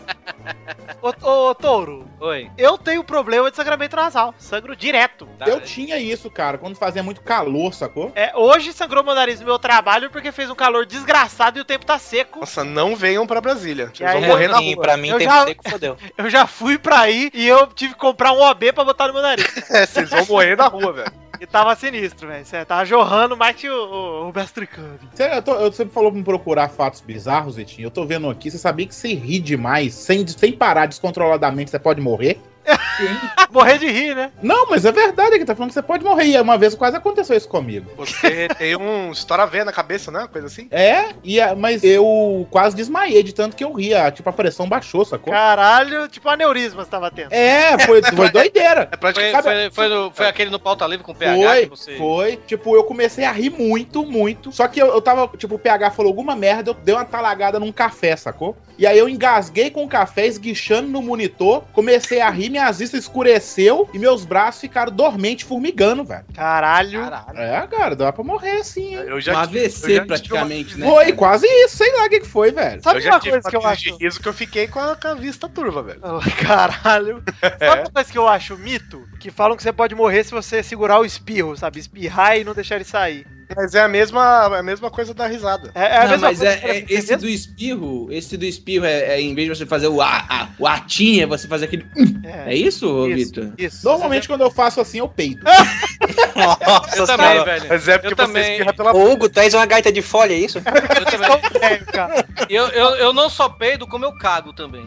Speaker 3: Ô, ô, ô, Touro,
Speaker 2: Oi.
Speaker 3: eu tenho um problema de sangramento nasal. Sangro direto.
Speaker 2: Tá.
Speaker 9: Eu tinha isso, cara, quando fazia muito calor, sacou?
Speaker 3: É, hoje sangrou meu nariz no meu trabalho porque fez um calor desgraçado e o tempo tá seco.
Speaker 4: Nossa, não venham pra Brasília. Vocês
Speaker 3: aí,
Speaker 4: vão
Speaker 3: é
Speaker 4: morrer na
Speaker 5: Sim,
Speaker 4: rua.
Speaker 5: pra mim
Speaker 3: Eu
Speaker 5: tem
Speaker 3: já-
Speaker 5: que seco, fodeu.
Speaker 3: Eu já fui pra aí e eu tive que comprar um OB pra botar no meu nariz.
Speaker 4: É, vocês vão morrer na rua, velho.
Speaker 3: E tava sinistro, velho. Sério, Tava jorrando mais que o, o, o Bestricani.
Speaker 9: Você, eu tô- eu- você falou pra me procurar fatos bizarros, Zetinho. Eu tô vendo aqui, você sabia que se ri demais, sem, sem parar descontroladamente, você pode morrer?
Speaker 3: Morrer de rir, né?
Speaker 9: Não, mas é verdade que tá falando que você pode morrer. E uma vez quase aconteceu isso comigo.
Speaker 4: Você tem um história V na cabeça, né? Coisa assim.
Speaker 9: É, e, a- mas eu quase desmaiei de tanto que eu ria. Tipo, a pressão baixou, sacou?
Speaker 3: Caralho, tipo aneurisma você tava tendo.
Speaker 9: É, foi, foi doideira.
Speaker 4: É praticamente.
Speaker 2: Foi,
Speaker 9: Sabe-
Speaker 2: foi, foi no- foi aquele no pauta livre com o PH que
Speaker 9: Foi,
Speaker 2: você.
Speaker 9: foi. Tipo, eu comecei a rir muito, muito. Só que eu, eu tava, tipo, o PH falou alguma merda, eu dei uma talagada num café, sacou? E aí eu engasguei com o café, esguichando no monitor, comecei a rir, minhas vistas escureceu e meus braços ficaram dormente, formigando, velho.
Speaker 3: Caralho.
Speaker 9: É, cara, dá pra morrer assim, hein?
Speaker 4: Eu já
Speaker 6: Um
Speaker 4: tive- eu já
Speaker 6: AVC
Speaker 4: tive
Speaker 6: praticamente, né?
Speaker 9: Foi,
Speaker 6: cara?
Speaker 9: quase isso, sei lá o que que foi, velho.
Speaker 3: Sabe
Speaker 4: eu
Speaker 3: uma
Speaker 4: já tive
Speaker 3: coisa que eu
Speaker 4: uma crise
Speaker 3: acho?
Speaker 4: de riso que eu fiquei com a, com a vista turva, velho.
Speaker 3: Oh, Caralho.
Speaker 4: É.
Speaker 3: Sabe uma coisa que eu acho mito? Que falam que você pode morrer se você segurar o espirro, sabe? Espirrar e não deixar ele sair.
Speaker 4: Mas é a mesma, a mesma coisa da risada.
Speaker 3: É, é a
Speaker 6: Não,
Speaker 3: mesma
Speaker 6: mas
Speaker 3: coisa.
Speaker 6: é- é- esse do espirro, esse do espirro é, é, em vez de você fazer o a, a, o atim, é você fazer aquele. É isso, ô,
Speaker 3: Isso.
Speaker 6: Vitor?
Speaker 3: Isso.
Speaker 9: Normalmente quando eu faço assim, eu peito.
Speaker 2: Eu
Speaker 5: Nossa,
Speaker 2: também,
Speaker 5: cara.
Speaker 2: velho.
Speaker 4: Mas é porque
Speaker 2: Eu
Speaker 4: você
Speaker 2: também.
Speaker 4: espirra pela
Speaker 5: Ô, Hugo, tu és uma gaita de folha, é isso?
Speaker 2: Eu, também. eu, eu, eu não só peido, como eu cago também.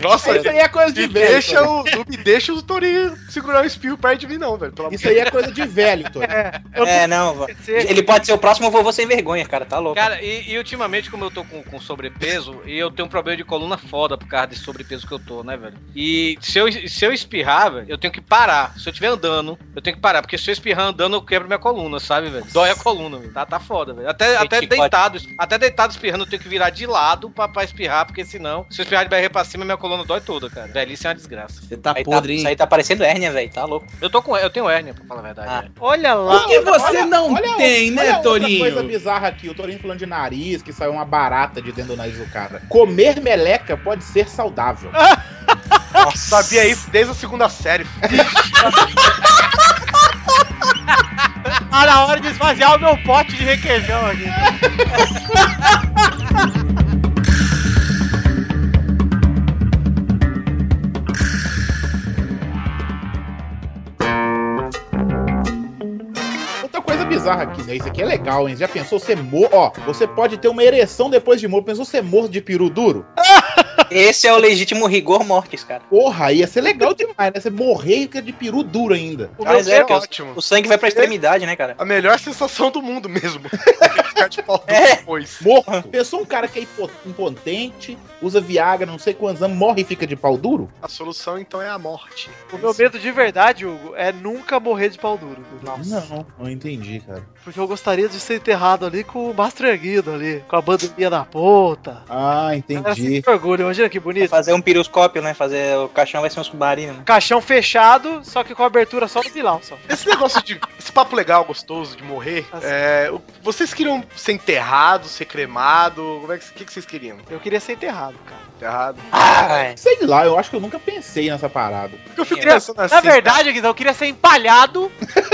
Speaker 4: Nossa,
Speaker 9: Isso aí é coisa de
Speaker 4: me
Speaker 9: velho.
Speaker 4: deixa,
Speaker 9: Tony.
Speaker 4: o, não me deixa o Torinho segurar o espirro perto de mim, não, velho. Pelo amor
Speaker 9: Isso aí é coisa de velho, Tony.
Speaker 3: Eu
Speaker 5: É, não, vô.
Speaker 3: Ele...
Speaker 5: Ele pode ser o próximo vovô sem vergonha, cara, tá louco.
Speaker 2: Cara, e, e ultimamente, como eu tô com, com sobrepeso, e eu tenho um problema de coluna foda por causa desse sobrepeso que eu tô, né, velho? E se eu, se eu espirrar, velho, eu tenho que parar. Se eu estiver andando, eu tenho que parar. Porque se eu espirrar andando, eu quebro minha coluna, sabe, velho? Dói a coluna, velho. Tá, tá foda, velho. Até, até
Speaker 5: Gente, pode-
Speaker 2: deitado, até deitado espirrando, eu tenho que virar de lado pra, pra espirrar, porque senão, se eu espirrar de barriga pra cima, minha coluna dói toda, cara. Velhice é uma desgraça.
Speaker 6: Você tá
Speaker 5: Aí tá-
Speaker 6: podre,
Speaker 5: isso
Speaker 6: hein?
Speaker 5: aí tá parecendo hérnia, velho, tá louco.
Speaker 2: Eu tô com. Eu tenho hérnia, pra falar a verdade.
Speaker 5: Ah.
Speaker 2: velho.
Speaker 3: tá Olha lá.
Speaker 6: O que você não
Speaker 9: Olha
Speaker 6: tem,
Speaker 9: outra-
Speaker 6: né,
Speaker 9: olha
Speaker 6: Torinho?
Speaker 9: Outra coisa bizarra aqui, o Torinho falando de nariz, que saiu uma barata de dentro do nariz do cara. Comer meleca pode ser saudável.
Speaker 6: Ah!
Speaker 4: de- Sabia isso desde a segunda série.
Speaker 3: Tá na hora de esvaziar o meu pote de requeijão aqui.
Speaker 9: Outra coisa bizarra aqui, né? Isso aqui é legal, hein? Já pensou ser morto? Ó, você pode ter uma ereção depois de morto. Pensou ser morto de peru duro?
Speaker 5: Esse é o legítimo rigor mortis, cara.
Speaker 9: Porra, ia ser legal demais, né? Você morrer de peru duro ainda.
Speaker 3: O meu
Speaker 5: Mas é,
Speaker 3: tempo.
Speaker 5: porque
Speaker 4: ótimo.
Speaker 5: o sangue vai pra extremidade, né, cara?
Speaker 4: A melhor sensação do mundo mesmo. Ficar de pau
Speaker 5: É.
Speaker 4: depois.
Speaker 6: Ah.
Speaker 9: Morto. Pensou um cara que é hipo- impotente, usa Viagra, não sei quantos anos, morre e fica de pau duro?
Speaker 4: A solução então é a morte.
Speaker 3: O meu medo de verdade, Hugo, é nunca morrer de pau duro.
Speaker 9: Não, não entendi, cara.
Speaker 3: Porque eu gostaria de ser enterrado ali com o Master erguido ali, com a bandeirinha na ponta.
Speaker 9: Ah,
Speaker 3: Cara,
Speaker 9: entendi.
Speaker 3: se orgulho, imagina que bonito.
Speaker 5: Fazer um piroscópio, né? Fazer o caixão vai ser um submarino. né?
Speaker 3: Caixão fechado, só que com abertura só no pilão, só.
Speaker 4: Esse negócio de. Esse papo legal, gostoso de morrer.
Speaker 3: Nossa.
Speaker 4: é, o- vocês queriam ser enterrado, ser cremado? Como é que, que, que vocês queriam?
Speaker 3: Eu queria ser enterrado, cara.
Speaker 4: Enterrado?
Speaker 5: Ah,
Speaker 9: Sei lá, eu acho que eu nunca pensei nessa parada.
Speaker 4: Porque eu fico
Speaker 5: Queria-
Speaker 4: pensando assim.
Speaker 3: Na verdade, Guizão, eu queria ser empalhado,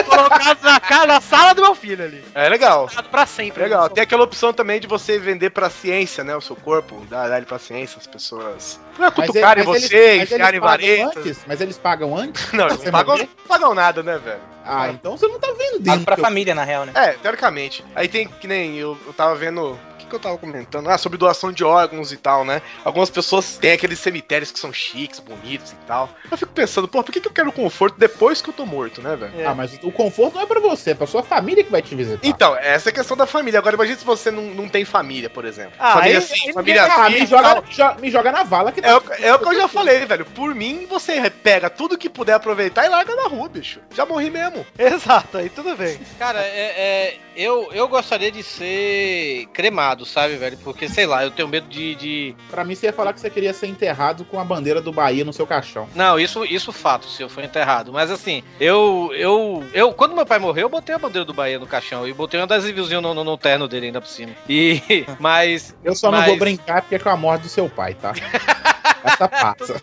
Speaker 3: colocado na, cara, na sala do meu filho ali.
Speaker 4: cara. É legal.
Speaker 3: Empalhado pra sempre.
Speaker 4: Legal,
Speaker 3: Guizão.
Speaker 4: tem aquela opção também de você vender pra ciência, né? O seu corpo, dar, dar ele pra ciência, as pessoas. Não é cutucarem
Speaker 9: Mas ele- mas
Speaker 4: você,
Speaker 9: eles- mas
Speaker 4: enfiarem
Speaker 9: eles pagam
Speaker 4: varetas.
Speaker 9: antes? Mas eles pagam antes?
Speaker 4: Não, eles
Speaker 9: Você
Speaker 4: não pagam,
Speaker 9: morrer?
Speaker 4: não pagam nada, né, velho?
Speaker 9: Ah, então você não tá vendendo.
Speaker 5: Pago pra
Speaker 9: seu-
Speaker 5: família, na real, né?
Speaker 4: É, teoricamente. Aí tem que nem eu, eu tava vendo. O que, que eu tava comentando? Ah, sobre doação de órgãos e tal, né? Algumas pessoas têm aqueles cemitérios que são chiques, bonitos e tal. Eu fico pensando, pô, por que, que eu quero conforto depois que eu tô morto, né, velho?
Speaker 3: É.
Speaker 9: Ah, mas o conforto não é pra você, é pra sua família que vai te visitar.
Speaker 4: Então, essa é a questão da família. Agora, imagina se você não, não tem família, por exemplo.
Speaker 3: Ah,
Speaker 4: família
Speaker 3: aí-
Speaker 4: sim,
Speaker 3: aí
Speaker 4: família
Speaker 9: Ah,
Speaker 4: assim,
Speaker 9: me
Speaker 4: e
Speaker 9: joga,
Speaker 4: tal.
Speaker 9: jo- me joga na vala que
Speaker 4: É o, é o que eu já falei, velho. Por mim, você pega tudo que puder aproveitar e larga na rua, bicho. Já morri mesmo.
Speaker 3: Exato, aí tudo bem.
Speaker 2: Cara, é, é, eu, eu gostaria de ser cremado, sabe, velho? Porque, sei lá, eu tenho medo de. de...
Speaker 9: Pra mim, você ia falar que você queria ser enterrado com a bandeira do Bahia no seu caixão.
Speaker 2: Não, isso, isso fato, se eu for enterrado. Mas assim, eu, eu. Eu. Quando meu pai morreu, eu botei a bandeira do Bahia no caixão e botei um adesivozinho no, no, no terno dele ainda por cima. E. Mas.
Speaker 9: Eu só não
Speaker 2: Mas-
Speaker 9: vou brincar porque é com a morte do seu pai, tá? Essa passa.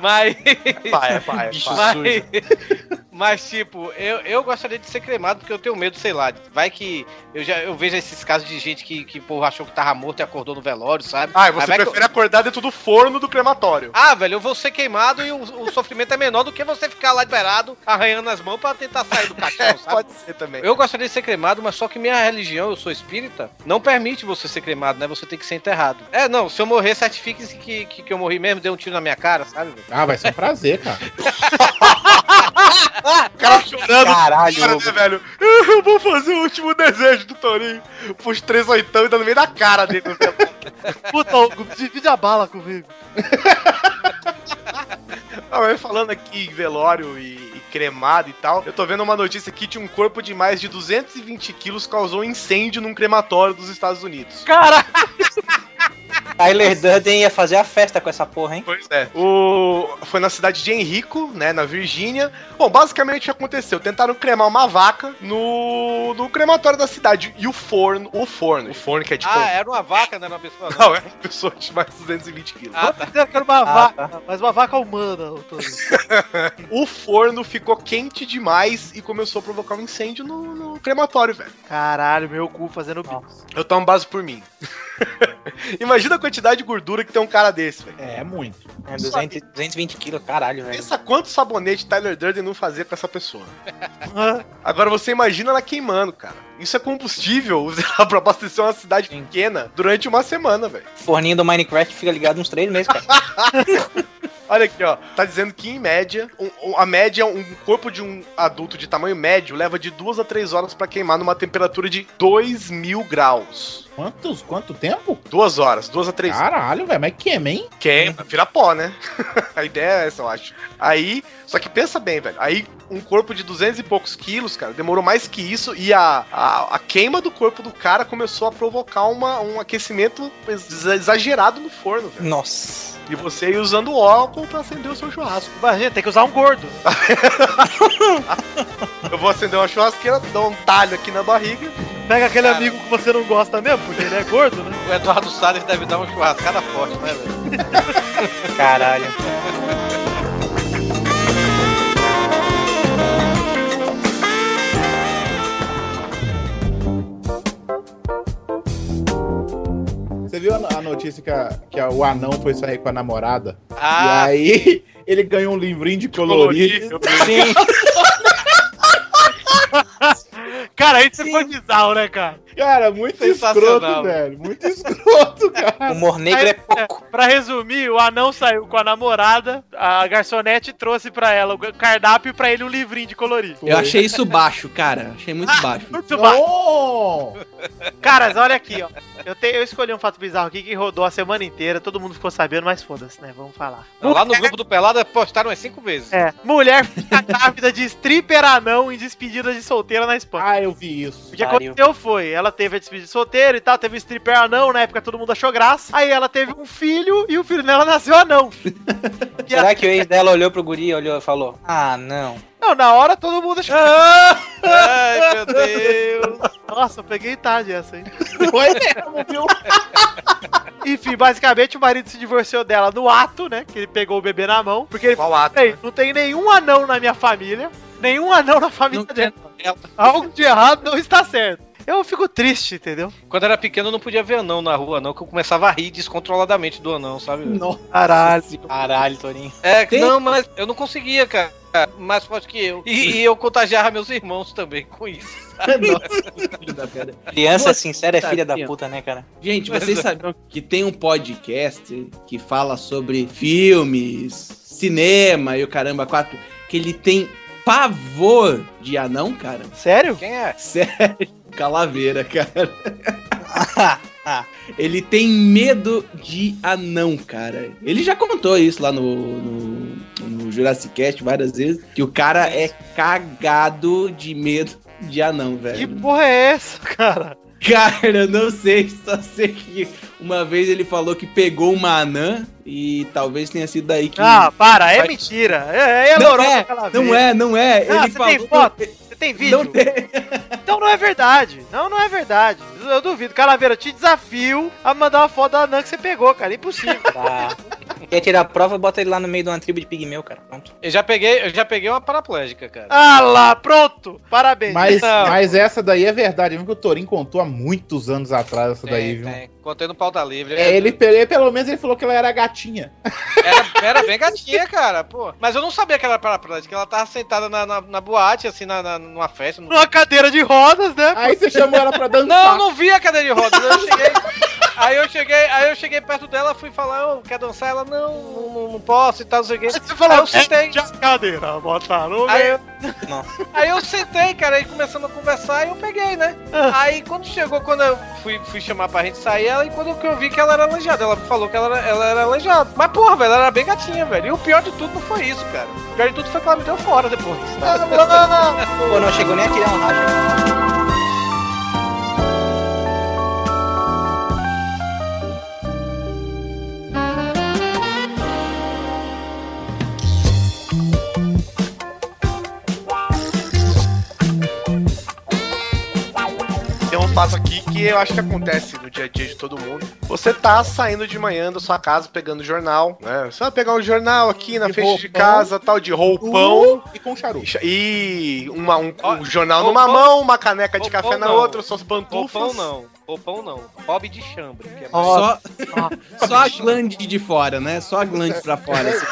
Speaker 2: Mas.
Speaker 5: é,
Speaker 4: Pai, pai,
Speaker 2: Mas, mas, tipo, eu, eu gostaria de ser cremado porque eu tenho medo, sei lá. Vai que eu já eu vejo esses casos de gente que, que porra, achou que tava morto e acordou no velório, sabe?
Speaker 4: Ah, e
Speaker 2: Aí
Speaker 4: você
Speaker 2: vai que eu-
Speaker 4: prefere acordar dentro do forno do crematório.
Speaker 2: Ah, velho, eu vou ser queimado e o, o sofrimento é menor do que você ficar lá liberado, arranhando as mãos pra tentar sair do caixão, sabe?
Speaker 4: Pode ser também.
Speaker 2: Eu gostaria de ser cremado, mas só que minha religião, eu sou espírita, não permite você ser cremado, né? Você tem que ser enterrado. É, não, se eu morrer, certifique-se que, que, que eu morri mesmo, dê um tiro na minha cara, sabe? velho?
Speaker 9: Ah, vai ser um prazer, cara.
Speaker 4: O cara chorando.
Speaker 5: Caralho,
Speaker 4: Cara, né,
Speaker 5: Hugo.
Speaker 4: velho? Eu vou fazer o último desejo do Torinho. Pus três oitão e dando no meio da cara dele.
Speaker 3: Puta, Hugo, divide a bala comigo.
Speaker 4: Ah, mas falando aqui em velório e, e cremado e tal, eu tô vendo uma notícia aqui de um corpo de mais de 220 quilos causou um incêndio num crematório dos Estados Unidos.
Speaker 3: Cara,
Speaker 5: Tyler Durden ia fazer a festa com essa porra, hein?
Speaker 4: Pois é. O... Foi na cidade de Henrico, né? Na Virgínia. Bom, basicamente o que aconteceu? Tentaram cremar uma vaca no... no crematório da cidade. E o forno, o forno. O forno que é tipo.
Speaker 2: Ah, era uma vaca, não era uma pessoa. não.
Speaker 4: Não, é uma pessoa de mais 220 quilos.
Speaker 2: Ah, tá.
Speaker 3: Eu quero uma
Speaker 5: Ah,
Speaker 3: vaca, mas uma vaca humana, ô, Tony.
Speaker 4: O forno ficou quente demais e começou a provocar um incêndio no, no crematório, velho.
Speaker 3: Caralho, meu cu fazendo bico.
Speaker 4: Eu tomo base por mim. Imagina a quantidade de gordura que tem um cara desse, velho.
Speaker 9: É, muito.
Speaker 5: É, 200, 220 quilos, caralho, velho.
Speaker 4: Pensa quanto sabonete Tyler Durden não fazia com essa pessoa. Agora você imagina ela queimando, cara. Isso é combustível usado pra abastecer uma cidade pequena durante uma semana, velho.
Speaker 5: Forninho do Minecraft fica ligado uns três meses, cara.
Speaker 4: Olha aqui, ó. Tá dizendo que, em média, um- um- a média, um corpo de um adulto de tamanho médio leva de duas a três horas pra queimar numa temperatura de 2 mil graus.
Speaker 9: Quantos? Quanto tempo?
Speaker 4: Duas horas, duas a três
Speaker 9: Caralho, velho, mas queima, hein?
Speaker 4: Queima, vira pó, né? a ideia é essa, eu acho. Aí, só que pensa bem, velho. Aí, um corpo de 200 e poucos quilos, cara, demorou mais que isso. E a, a, a queima do corpo do cara começou a provocar uma, um aquecimento ex- exagerado no forno, velho.
Speaker 5: Nossa.
Speaker 4: E você ia usando o álcool pra acender o seu churrasco.
Speaker 3: Imagina, tem que usar um gordo.
Speaker 4: Eu vou acender uma churrasqueira, dou um talho aqui na barriga.
Speaker 3: Pega aquele
Speaker 2: Cara.
Speaker 3: amigo que você não gosta mesmo, porque ele é gordo, né?
Speaker 2: O Eduardo Salles deve dar uma churrascada forte, né, velho?
Speaker 5: Caralho.
Speaker 9: Você viu a no- a notícia que, a- que a- o anão foi sair com a namorada?
Speaker 2: Ah,
Speaker 9: E aí ele ganhou um livrinho de colorir.
Speaker 5: Sim.
Speaker 3: Cara, aí você foi bizarro, né, cara?
Speaker 9: Cara, muito
Speaker 2: Sensacional.
Speaker 9: escroto, velho. Muito escroto, cara.
Speaker 5: Humor negro é pouco.
Speaker 3: Pra resumir, o anão saiu com a namorada, a garçonete trouxe pra ela o cardápio e pra ele um livrinho de colorir.
Speaker 6: Eu achei isso baixo, cara. Achei muito baixo.
Speaker 3: Muito bom.
Speaker 9: Não!
Speaker 3: Caras, olha aqui, ó. Eu, te- eu escolhi um fato bizarro aqui que rodou a semana inteira, todo mundo ficou sabendo, mas foda-se, né? Vamos falar.
Speaker 2: é, lá no grupo do Pelada postaram umas cinco vezes.
Speaker 3: É. Mulher fica grávida de stripper anão em despedida de solteira na Espanha.
Speaker 9: Ah, eu vi isso.
Speaker 3: O que
Speaker 5: Pariu.
Speaker 3: aconteceu foi, ela teve a despedida de solteiro e tal, teve um stripper anão, na época todo mundo achou graça. Aí ela teve um filho e o filho dela nasceu anão. E a-
Speaker 5: Será que o ex dela olhou pro guri olhou e falou: Ah, não.
Speaker 3: não, na hora todo mundo achou.
Speaker 2: Ai, meu Deus.
Speaker 3: Nossa, eu peguei tarde essa, hein?
Speaker 9: Foi mesmo, viu?
Speaker 3: Enfim, basicamente o marido se divorciou dela no ato, né? Que ele pegou o bebê na mão, porque ele falou:
Speaker 4: Qual ato?
Speaker 3: "Ei, não tem nenhum anão na minha família, nenhum anão na família
Speaker 6: Não tem
Speaker 3: dela.
Speaker 2: É,
Speaker 3: Algo de errado não está certo. Eu fico triste, entendeu?
Speaker 2: Quando era pequeno, eu não podia ver anão na rua, não, que eu começava a rir descontroladamente do anão, sabe?
Speaker 3: Caralho.
Speaker 5: Caralho, Torinho.
Speaker 2: É,
Speaker 6: Tem-
Speaker 2: não, mas eu não conseguia, cara. Mais forte que eu. E, e eu contagiava meus irmãos também com isso.
Speaker 6: Nossa, filho da pedra.
Speaker 5: Criança
Speaker 6: Nossa,
Speaker 5: sincera é
Speaker 6: tá,
Speaker 5: filha da
Speaker 6: tia.
Speaker 5: puta, né, cara?
Speaker 6: Gente, vocês sabiam que tem um podcast que fala sobre filmes, cinema e o caramba quatro, que ele tem pavor de anão, cara?
Speaker 3: Sério?
Speaker 2: Quem é?
Speaker 6: Sério, calaveira, cara. ele tem medo de anão, cara. Ele já contou isso lá no, no, no Jurassic Cast várias vezes, que o cara é cagado de medo de anão,
Speaker 3: Que
Speaker 6: velho.
Speaker 3: porra é essa, cara?
Speaker 6: Cara, eu não sei, só sei que uma vez ele falou que pegou uma anã e talvez tenha sido daí que.
Speaker 3: Ah, para, é mentira. É, é
Speaker 6: Não
Speaker 3: lorota
Speaker 6: é,
Speaker 3: aquela vez.
Speaker 6: não é, não é.
Speaker 3: Ah,
Speaker 6: ele
Speaker 3: você
Speaker 6: falou.
Speaker 3: tem foto? Você tem vídeo?
Speaker 6: Não tem.
Speaker 3: Então não é verdade. Não, não é verdade. Eu duvido. Calaveira, eu te desafio a mandar uma foto da anã que você pegou, cara. Impossível.
Speaker 5: Tá. Quer tirar a prova, bota ele lá no meio de uma tribo de pigmeu, cara. Pronto.
Speaker 2: Eu já peguei, eu já peguei uma paraplégica, cara.
Speaker 3: ah lá, pronto. Parabéns. Então,
Speaker 9: Mas,
Speaker 2: Não.
Speaker 9: mas essa daí é verdade, viu? Que o Torin contou há muitos anos atrás essa daí, viu?
Speaker 2: tem. Contei no pauta livre.
Speaker 9: É, ele, pe- pelo menos ele falou que ela era gatinha.
Speaker 2: Era, era bem gatinha, cara, pô. Mas eu não sabia que ela era paraplégica. Ela tava sentada na, na, na boate, assim, na, na- numa festa. Não,
Speaker 3: Numa cadeira de rodas, né?
Speaker 9: Aí você chamou ela pra dançar.
Speaker 2: não, não vi a cadeira de rodas. Eu cheguei, aí eu cheguei, aí eu cheguei perto dela, fui falar, eu quer dançar? Ela, não, não, não posso e tal, não sei o quê.
Speaker 3: Você falou,
Speaker 2: Aí eu sentei.
Speaker 3: "É, de cadeira, botaram.
Speaker 2: Aí eu,
Speaker 5: Nossa.
Speaker 2: aí eu sentei, cara, aí começamos a conversar e eu peguei, né?
Speaker 3: Ah.
Speaker 2: Aí quando chegou, quando eu fui, fui chamar pra gente sair, ela, e quando eu, que eu vi que ela era aleijada, ela falou que ela era, ela era aleijada. Mas porra, velho, ela era bem gatinha, velho. E o pior de tudo não foi isso, cara. O pior de tudo foi que ela me deu fora depois. tá?
Speaker 5: Pô, não chegou nem a tirar um racha.
Speaker 4: um passo aqui que eu acho que acontece no dia a dia de todo mundo. Você tá saindo de manhã da sua casa pegando jornal, né? Você vai pegar um jornal aqui na
Speaker 9: De
Speaker 4: frente de
Speaker 9: roupão.
Speaker 4: casa, tal, de roupão.
Speaker 2: Uh!
Speaker 9: e com charuto.
Speaker 4: E uma- um, um jornal numa
Speaker 2: Ah, roupão-
Speaker 4: mão, uma caneca de
Speaker 2: roupão
Speaker 4: café na
Speaker 2: não.
Speaker 4: outra, suas
Speaker 2: Roupão
Speaker 4: pantufas.
Speaker 2: não. Roupão não. Hobby de chambre. que é mais-
Speaker 3: Ó,
Speaker 6: Só, só a glande de fora, né? Só a glande pra fora. Assim.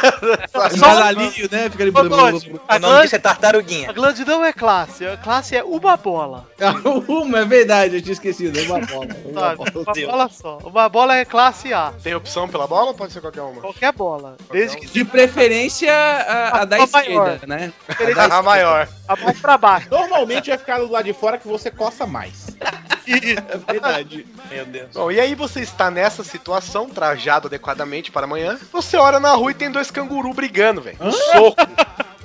Speaker 4: Sabe?
Speaker 3: Só-
Speaker 6: Gasalhinho, né? Fica ali.
Speaker 3: Ô, Dodge, a
Speaker 5: O nome disso
Speaker 3: Glande,
Speaker 5: é tartaruguinha.
Speaker 3: a Glande não é classe, a classe é uma bola.
Speaker 6: Uma, é verdade, eu tinha esquecido. É Uma bola. Uma
Speaker 3: Sabe?
Speaker 6: bola.
Speaker 3: Uma bola só. Uma bola é classe A,
Speaker 4: Tem opção pela bola ou pode ser qualquer uma?
Speaker 3: qualquer bola.
Speaker 4: um
Speaker 3: Desde que
Speaker 6: De preferência a, a da
Speaker 3: A maior.
Speaker 6: esquerda, né?
Speaker 4: A maior.
Speaker 3: a mais pra baixo.
Speaker 9: Normalmente vai ficar do lado de fora que você coça mais.
Speaker 6: É verdade.
Speaker 5: Meu Deus.
Speaker 4: Bom, e aí você está nessa situação, trajado adequadamente para amanhã. Você olha na rua e tem dois canguru brigando, velho. Um soco.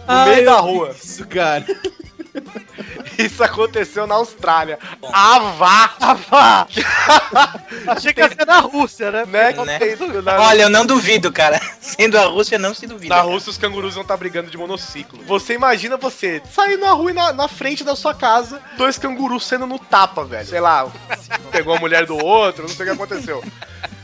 Speaker 3: Ah,
Speaker 4: No meio da rua.
Speaker 6: Isso, cara.
Speaker 4: Isso aconteceu na Austrália. Avá! Avá!
Speaker 3: Achei que ia ser na Rússia, né?
Speaker 4: Né?
Speaker 5: Né?
Speaker 4: Tem isso na-
Speaker 5: Olha, eu não duvido, cara. Sendo a Rússia, não se duvida.
Speaker 4: Na Rússia, os cangurus vão estar brigando de monociclo. Você imagina você sair na rua e na, na frente da sua casa, dois cangurus sendo no tapa, velho. Sei lá, pegou a mulher do outro, não sei o que aconteceu.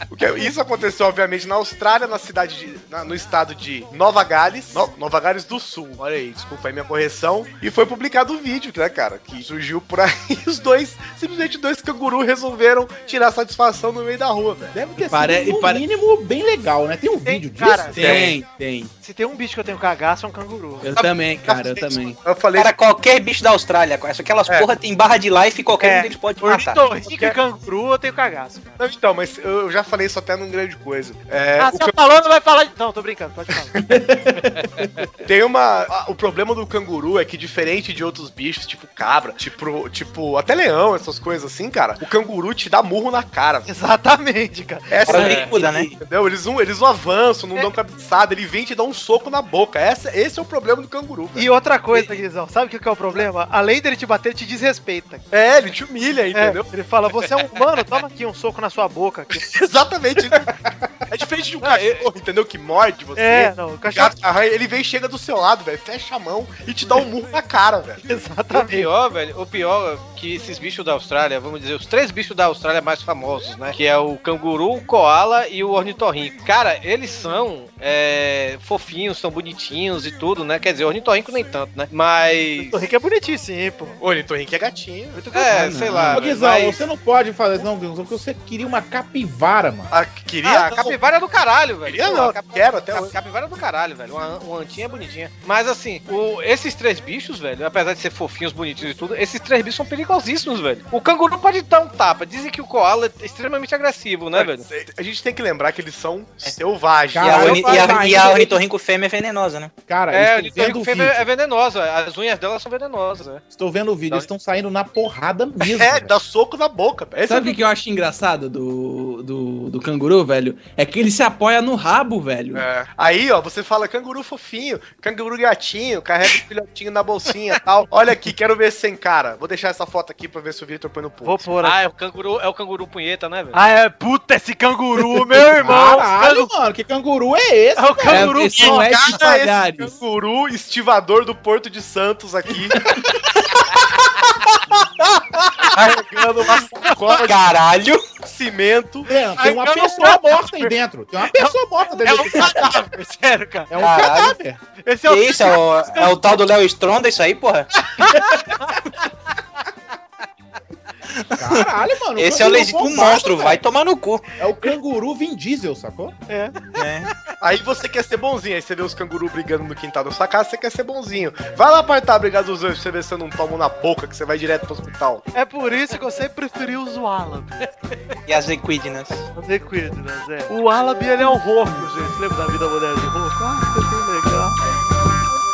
Speaker 4: O que- é, Isso aconteceu, obviamente, na Austrália, na cidade de, na- no estado de Nova Gales. No- Nova Gales do Sul. Olha aí, desculpa aí minha correção. E foi publicado o vídeo, né, cara? Que surgiu por aí. Os dois, simplesmente dois cangurus resolveram tirar satisfação no meio da rua, velho.
Speaker 9: Deve ter
Speaker 6: Pare-
Speaker 9: sido,
Speaker 6: e
Speaker 9: no
Speaker 6: pare-
Speaker 9: mínimo, bem legal, né? Tem um
Speaker 3: Tem-
Speaker 9: vídeo disso?
Speaker 3: cara,
Speaker 6: Tem, tem.
Speaker 3: Se tem um bicho que eu tenho cagaço, é um canguru.
Speaker 6: Eu também, cara, eu também.
Speaker 4: Eu falei
Speaker 5: Cara, qualquer bicho da Austrália, com essa- aquelas
Speaker 4: É.
Speaker 5: porra tem barra de life e qualquer
Speaker 3: É.
Speaker 5: um deles pode te matar.
Speaker 3: Ornitorrinco É. e canguru, eu tenho cagaço, cara.
Speaker 4: Não, então, mas eu eu já falei isso até num grande coisa. É,
Speaker 3: ah,
Speaker 4: o
Speaker 3: se eu falou, não vai falar de... Não, tô brincando, pode falar.
Speaker 4: can- Tem uma. a- O problema do canguru é que, diferente de outros bichos, tipo cabra, tipo, tipo até leão, essas coisas assim, cara, o canguru te dá murro na cara. velho.
Speaker 3: Exatamente, cara.
Speaker 4: Essa
Speaker 5: Fora
Speaker 4: é.
Speaker 5: bicuda, né?
Speaker 4: Entendeu? Eles não, eles não avançam, não dão cabeçada, ele vem te dar um soco na boca. Essa, esse é o problema do canguru. velho.
Speaker 3: E outra coisa, Guizão, sabe o que que é o problema? Além dele te bater, ele te desrespeita.
Speaker 4: É, ele te humilha,
Speaker 3: É,
Speaker 4: entendeu?
Speaker 3: ele fala, você é um humano, toma aqui um soco na sua boca. Aqui.
Speaker 4: Exatamente. é diferente de um cachorro, entendeu? Que morde você.
Speaker 3: É, não, o cachorro
Speaker 4: Gato, que arranha, ele vem e chega do seu lado, velho. Fecha a mão e te dá um murro na cara, velho.
Speaker 2: O
Speaker 3: exatamente.
Speaker 2: pior, velho, o pior é que esses bichos da Austrália, vamos dizer, os três bichos da Austrália mais famosos, né? Que é o canguru, o koala e o ornitorrinco. Cara, eles são é, fofinhos, são bonitinhos e tudo, né? Quer dizer, o ornitorrinco nem tanto, né? Mas...
Speaker 3: O Rick é bonitinho sim, pô.
Speaker 4: Ô, Nitorrinho é gatinho. né?
Speaker 2: É, sei lá.
Speaker 9: Ô, Guizão,
Speaker 2: mas-
Speaker 9: você não pode fazer isso, não, Guizão, porque você queria uma capivara, mano.
Speaker 4: Ah,
Speaker 2: Ah,
Speaker 4: queria?
Speaker 2: a capivara é do caralho, velho.
Speaker 4: Queria
Speaker 2: Pô,
Speaker 4: não,
Speaker 2: a cap-
Speaker 4: quero até
Speaker 2: a
Speaker 4: hoje.
Speaker 2: capivara é do caralho, velho. Uma, uma antinha é bonitinha. Mas assim, o- esses três bichos, velho, apesar de ser fofinhos, bonitinhos e tudo, esses três bichos são perigosíssimos, velho. O canguru pode dar um tapa. Dizem que o koala é extremamente agressivo, né, velho?
Speaker 4: A gente tem que lembrar que eles são selvagens.
Speaker 5: E a,
Speaker 9: Caralho,
Speaker 5: orni- e a,
Speaker 9: pai,
Speaker 5: e a
Speaker 9: mas-
Speaker 5: ornitorrinco fêmea é venenosa, né?
Speaker 9: Cara,
Speaker 2: É,
Speaker 9: eu estou vendo o
Speaker 2: o
Speaker 9: vídeo.
Speaker 2: fêmea é venenosa. As unhas delas são venenosas, né?
Speaker 9: Estou vendo o vídeo, eles estão saindo na porrada mesmo.
Speaker 4: É,
Speaker 9: velho.
Speaker 4: dá soco na boca. velho. Esse
Speaker 6: Sabe o que que eu acho engraçado do, do, do canguru, velho? É que ele se apoia no rabo, velho.
Speaker 4: É. Aí, ó, você fala canguru fofinho, canguru gatinho, carrega o filhotinho na bolsinha e tal. Olha aqui, quero ver sem cara. Vou deixar essa foto aqui pra ver se o Victor põe no
Speaker 3: Vou
Speaker 4: pulso.
Speaker 3: pôr aqui.
Speaker 2: Ah, é o canguru, é o canguru punheta, né, velho?
Speaker 3: Ah, é, puta, esse canguru, meu um irmão.
Speaker 9: Caralho, mano, que canguru é esse?
Speaker 3: É o
Speaker 6: É,
Speaker 3: canguru.
Speaker 6: eles são
Speaker 4: Cara,
Speaker 6: Ed Palhares.
Speaker 4: esse canguru estivador do Porto de Santos aqui. Carregando uma sacola
Speaker 5: Caralho!
Speaker 4: de cimento.
Speaker 9: Leandro, né? tem
Speaker 3: Ai,
Speaker 9: uma
Speaker 3: eu não
Speaker 9: pessoa
Speaker 3: sei.
Speaker 9: morta aí dentro. Tem uma pessoa morta
Speaker 3: É
Speaker 9: dentro.
Speaker 3: um cadáver, sério, cara.
Speaker 9: É um
Speaker 5: Caralho.
Speaker 9: cadáver.
Speaker 3: Esse é
Speaker 5: Que
Speaker 3: o
Speaker 5: isso? É o, é o tal do Léo Stronda isso aí, porra?
Speaker 9: Caralho, mano.
Speaker 5: Esse é o
Speaker 9: canguru
Speaker 5: legítimo
Speaker 9: bombado,
Speaker 5: monstro,
Speaker 9: velho.
Speaker 5: vai tomar no cu.
Speaker 9: É o canguru Vin Diesel, sacou?
Speaker 5: É.
Speaker 4: Aí você quer ser bonzinho, aí você vê os cangurus brigando no quintal da sua casa, você quer ser bonzinho. Vai lá apartar a brigada dos anjos pra você ver se você não toma um na boca, que você vai direto pro hospital.
Speaker 3: É por isso que eu sempre preferi os Wallabies.
Speaker 5: E as equidnas.
Speaker 3: Fazer Quidnas, é. O Wallaby, ele é o Roku, gente. Lembra da vida moderna de Roku? Ah, que legal.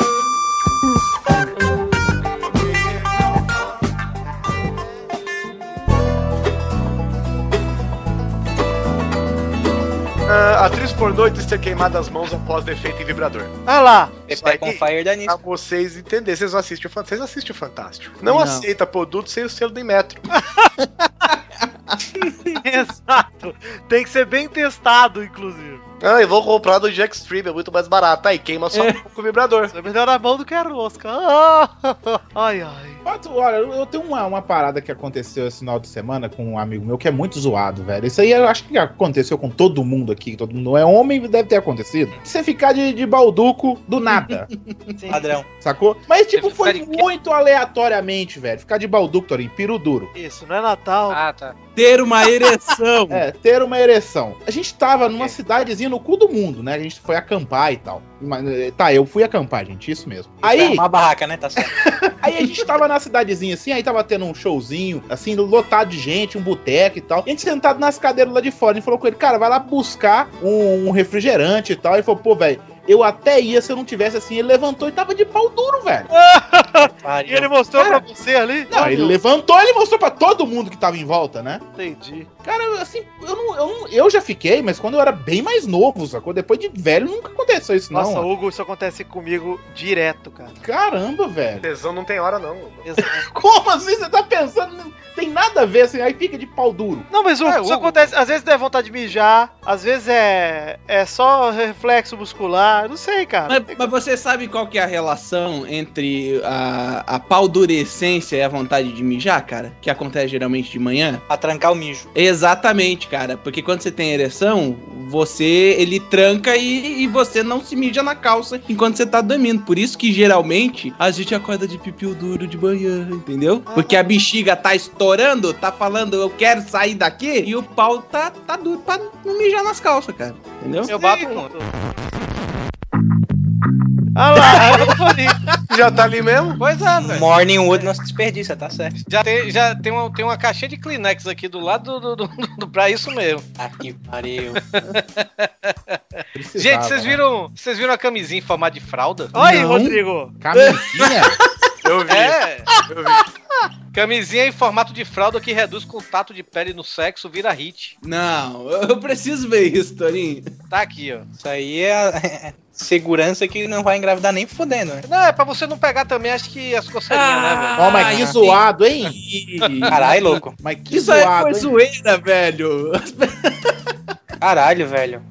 Speaker 4: Ah, atriz pornô diz ter queimado as mãos após defeito em vibrador.
Speaker 3: Ah lá.
Speaker 4: Isso aí.
Speaker 5: Pepe é com Fire da Nisso.
Speaker 4: Pra vocês entenderem, vocês não assistem o Fantástico. Vocês assistem o Fantástico. Não,
Speaker 6: Não.
Speaker 4: aceita produto sem o selo do Metro.
Speaker 3: Exato. Tem que ser bem testado, inclusive.
Speaker 4: Ah, eu vou comprar do Jack
Speaker 5: É.
Speaker 4: Stream, é muito mais barato. Aí queima só um pouco o vibrador.
Speaker 3: Isso é melhor na mão do que a rosca. Ah, Ai, ai.
Speaker 9: Mas, Olha, eu eu tenho uma, uma parada que aconteceu esse final de semana com um amigo meu que é muito zoado, velho. Isso aí eu acho que aconteceu com todo mundo aqui. Todo mundo é homem, deve ter acontecido. Você ficar de, de balduco do nada,
Speaker 4: Tá
Speaker 5: Padrão.
Speaker 9: sacou? Mas, tipo,
Speaker 2: Você ficar
Speaker 9: foi
Speaker 2: de quê?
Speaker 9: muito aleatoriamente, velho. Ficar de balduco, Torinho, piro duro.
Speaker 3: Isso, não é Natal.
Speaker 2: Ah, tá.
Speaker 6: Ter uma ereção.
Speaker 9: É, ter uma ereção. A gente tava numa cidadezinha no cu do mundo, né? A gente foi acampar e tal. Mas, eh, Tá, eu fui acampar, gente, isso mesmo. Aí.
Speaker 5: Uma barraca, né? Tá certo.
Speaker 9: Aí a gente tava na cidadezinha assim, aí tava tendo um showzinho, assim, lotado de gente, um boteco e tal. E a gente sentado nas cadeiras lá de fora, a gente falou com ele, cara, vai lá buscar um, um refrigerante e tal. Ele falou, pô, velho, eu até ia se eu não tivesse assim. Ele levantou e tava de pau duro, velho.
Speaker 3: E ele mostrou pra você ali?
Speaker 9: Não,
Speaker 6: Ah,
Speaker 9: ele levantou, ele mostrou pra todo mundo que tava em volta, né?
Speaker 3: Entendi.
Speaker 9: Cara, eu, assim, eu, não, eu, não- eu já fiquei, mas quando eu era bem mais novo, sacou? Depois de velho, nunca aconteceu isso, não.
Speaker 3: Nossa, Hugo, isso acontece comigo direto, cara.
Speaker 9: Caramba, velho.
Speaker 4: Tesão não tem hora, não.
Speaker 3: Exato.
Speaker 9: Como assim você tá pensando? Não tem nada a ver, assim, aí fica de pau duro.
Speaker 3: Não, mas Hugo,
Speaker 4: É,
Speaker 3: isso
Speaker 4: Hugo.
Speaker 3: acontece. Às vezes dá vontade de mijar, às vezes é, é só reflexo muscular. Não sei, né, cara.
Speaker 6: Mas, mas você sabe qual que é a relação entre a, a paldurecência e a vontade de mijar, cara? Que acontece geralmente de manhã?
Speaker 5: Pra trancar o mijo.
Speaker 6: Exatamente, cara. Porque quando você tem ereção, você ele tranca e, e você não se mija na calça enquanto você tá dormindo. Por isso que geralmente a gente acorda de pipiu duro de manhã, entendeu? Porque a bexiga tá estourando, tá falando eu quero sair daqui e o pau tá, tá duro pra não mijar nas calças, cara. Entendeu?
Speaker 2: é um
Speaker 3: Eu bato ponto. Ah lá, eu bonito.
Speaker 4: Já tá ali mesmo?
Speaker 2: Pois é, velho.
Speaker 5: Morning Wood um não se desperdiça, tá certo.
Speaker 2: Já, tem, já tem, uma, tem uma caixinha de Kleenex aqui do lado do, do, do- do- pra isso mesmo.
Speaker 5: Ah, que pariu.
Speaker 2: Gente, vocês
Speaker 9: né?
Speaker 3: né?
Speaker 2: viram, vocês viram a camisinha em formato de fralda?
Speaker 3: Olha aí,
Speaker 6: Não.
Speaker 3: Rodrigo.
Speaker 9: Camisinha?
Speaker 4: Eu vi.
Speaker 2: É!
Speaker 4: Eu vi.
Speaker 2: Camisinha em formato de fralda que reduz contato de pele no sexo, vira hit.
Speaker 6: Não, eu preciso ver isso, Torinho.
Speaker 2: Tá aqui, ó.
Speaker 5: Isso aí é, é segurança que não vai engravidar nem fudendo, né?
Speaker 2: Não, é pra você não pegar também, acho que as coceirinhas, né, velho?
Speaker 5: Ah.
Speaker 9: Ó, mas que zoado, hein?
Speaker 5: Caralho, louco.
Speaker 9: Mas que
Speaker 6: Isso aí
Speaker 9: zoado,
Speaker 6: foi
Speaker 9: hein?
Speaker 6: zoeira, velho.
Speaker 5: Caralho, velho.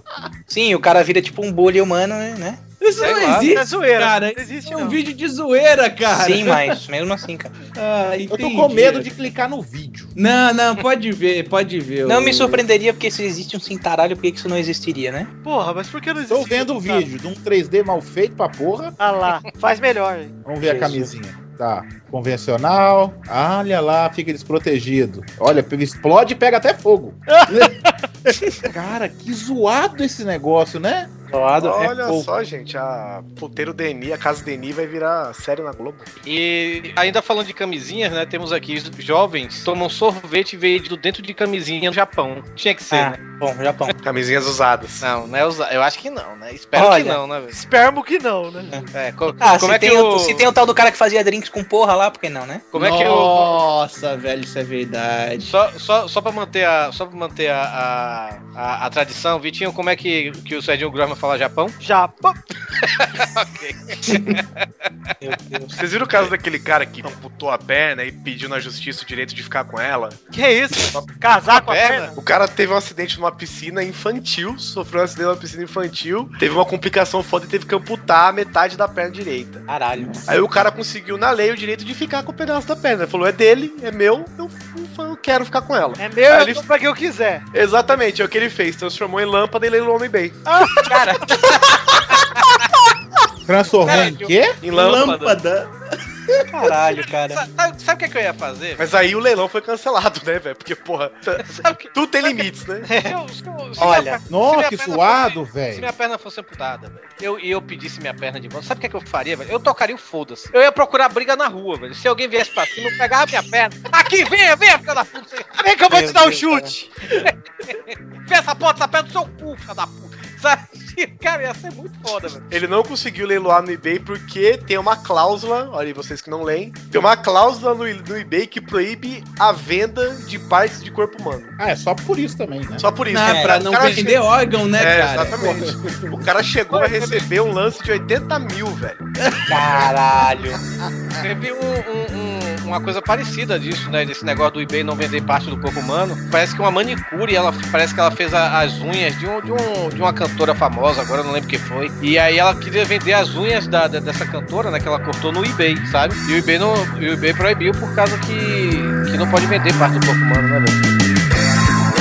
Speaker 5: Sim, o cara vira tipo um bully humano, né?
Speaker 6: Isso
Speaker 2: Sei
Speaker 6: não
Speaker 2: lá,
Speaker 6: existe,
Speaker 3: é zoeira.
Speaker 6: cara.
Speaker 3: Não existe,
Speaker 6: Isso é um
Speaker 3: não.
Speaker 6: vídeo de zoeira, cara.
Speaker 5: Sim, mas mesmo assim, cara.
Speaker 6: Ah,
Speaker 9: Eu tô
Speaker 6: entendi.
Speaker 9: com medo de clicar no vídeo.
Speaker 6: Não, não, pode ver, pode ver.
Speaker 5: Não
Speaker 6: o-
Speaker 5: me surpreenderia porque se existe um cintaralho, por que que isso não existiria, né?
Speaker 3: Porra, mas por que não existe?
Speaker 9: Tô vendo o vídeo de um 3D mal feito pra porra.
Speaker 3: Ah lá, faz melhor.
Speaker 9: Vamos ver a
Speaker 5: Jesus.
Speaker 9: camisinha. Tá, convencional. Olha lá, fica desprotegido. Olha, pega- explode e pega até fogo. Cara, que zoado esse negócio, né?
Speaker 5: Doado
Speaker 4: Olha
Speaker 5: é pouco.
Speaker 4: só, gente. A puteiro Deni, a casa Deni vai virar série na Globo.
Speaker 2: E ainda falando de camisinhas, né? Temos aqui jovens tomam sorvete vendido dentro de camisinha no Japão. Tinha que ser,
Speaker 5: Ah,
Speaker 2: né?
Speaker 5: bom, Japão.
Speaker 4: Camisinhas usadas.
Speaker 2: Não, né? usa- Eu acho que não, né? Espero
Speaker 5: Olha.
Speaker 2: que não, né, velho?
Speaker 3: Espermo que não, né?
Speaker 2: É, co-
Speaker 5: Ah,
Speaker 2: como
Speaker 5: se,
Speaker 2: é que
Speaker 5: tem
Speaker 2: o...
Speaker 5: o... se tem o tal do cara que fazia drinks com porra lá, por que não, né?
Speaker 2: Como é que o...
Speaker 6: Nossa, velho, isso é verdade.
Speaker 2: Só, só, só pra manter, a, só pra manter a, a, a, a tradição, Vitinho, como é que, que o Serginho Grosman fala Japão?
Speaker 3: Japão.
Speaker 5: Meu Deus.
Speaker 4: Vocês viram o
Speaker 2: É.
Speaker 4: caso daquele cara que amputou a perna e pediu na justiça o direito de ficar com ela?
Speaker 3: Que isso? Casar com a
Speaker 2: Perna?
Speaker 3: perna?
Speaker 4: O cara teve um acidente numa piscina infantil, sofreu um acidente numa piscina infantil, teve uma complicação foda e teve que amputar a metade da perna direita.
Speaker 5: Caralho.
Speaker 4: Aí o cara conseguiu na lei o direito de ficar com o pedaço da perna. Ele falou: é dele, é meu, eu, eu quero ficar com ela.
Speaker 3: É meu,
Speaker 4: Aí
Speaker 3: eu
Speaker 4: ele-
Speaker 3: dou pra quem eu quiser.
Speaker 4: Exatamente, é o que ele fez. Transformou em lâmpada e leilou no eBay.
Speaker 2: Cara,
Speaker 9: Transformou em
Speaker 2: Caralho.
Speaker 9: quê?
Speaker 4: Em lâmpada.
Speaker 5: Caralho, cara.
Speaker 2: sabe, sabe o que, é que eu ia fazer?
Speaker 4: Mas aí o leilão foi cancelado, né, velho? Porque, porra, tá-
Speaker 2: Sabe o que...
Speaker 4: tudo tem limites, né?
Speaker 3: É,
Speaker 2: se eu- se eu- se
Speaker 5: Olha.
Speaker 2: minha per-
Speaker 9: Nossa,
Speaker 2: minha
Speaker 9: que
Speaker 2: perna
Speaker 9: suado,
Speaker 2: fosse- Se
Speaker 9: velho.
Speaker 2: minha perna fosse amputada, velho, eu- e eu, pedisse minha perna de volta, sabe o que, é que eu faria, velho? Eu tocaria o foda-se. Eu ia procurar briga na rua, velho. Se alguém viesse pra cima, eu pegava minha perna. Aqui, venha, venha, filha da puta.
Speaker 3: Vem que eu vou
Speaker 5: Meu
Speaker 3: te dar o
Speaker 5: Deus,
Speaker 3: chute.
Speaker 2: Vê essa porta, essa perna do seu cu, filha da puta. Sabe? Cara, ia ser muito foda, velho.
Speaker 4: Ele não conseguiu leiloar no eBay porque tem uma cláusula, olha aí vocês que não leem, tem uma cláusula no, no eBay que proíbe a venda de partes de corpo humano.
Speaker 9: Ah, é só por isso também, né?
Speaker 4: Só por isso,
Speaker 6: Não, é
Speaker 4: né?
Speaker 6: pra
Speaker 4: O
Speaker 6: não
Speaker 4: cara
Speaker 6: vender órgão, né,
Speaker 4: É,
Speaker 6: cara?
Speaker 4: exatamente.
Speaker 10: Um
Speaker 4: O cara chegou a receber um lance de 80 mil, velho.
Speaker 5: Caralho.
Speaker 2: Teve um- um- um- uma coisa parecida disso, né? Desse negócio do eBay não vender parte do corpo humano. Parece que uma manicure, ela, parece que ela fez a- as unhas de, um, de, um, de uma cantora famosa. famosa agora, eu não lembro quem foi. E aí ela queria vender as unhas da, da- dessa cantora, né? Que ela cortou no eBay, sabe? E o eBay, não, e o eBay proibiu por causa que, que não pode vender parte do corpo humano, né, velho?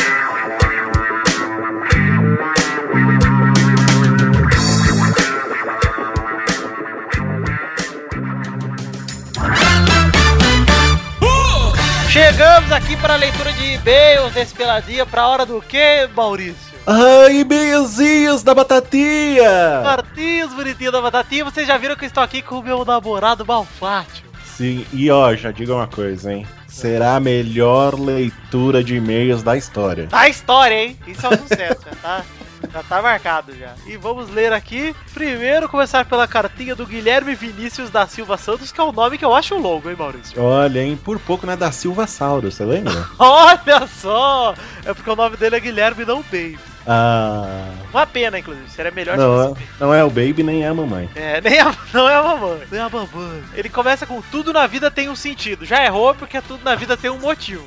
Speaker 3: Chegamos aqui para a leitura de e-mails desse Peladinha, para a hora do quê, Maurício?
Speaker 6: Ai, meiozinhos da batatinha!
Speaker 3: Martins, bonitinho da batatinha, vocês já viram que eu estou aqui com o meu namorado Malfátio.
Speaker 10: Sim, e ó, já diga uma coisa, hein? Será a melhor leitura de e-mails da história.
Speaker 3: Tá a história, hein? Isso é um sucesso, já tá, já tá marcado já. E vamos ler aqui, primeiro começar pela cartinha do Guilherme Vinícius da Silva Santos, que é um nome que eu acho longo, hein, Maurício?
Speaker 10: Olha, hein, por pouco não é da Silva Sauro, você lembra?
Speaker 3: Olha só! É porque o nome dele é Guilherme, não Baby.
Speaker 10: Ah.
Speaker 3: Uma pena, inclusive, seria melhor se fosse
Speaker 10: Não,
Speaker 3: Baby.
Speaker 10: é- não é o Baby nem é a mamãe.
Speaker 3: É, nem a, não é a mamãe. Não é a mamãe. Ele começa com tudo na vida tem um sentido. Já errou porque tudo na vida tem um motivo.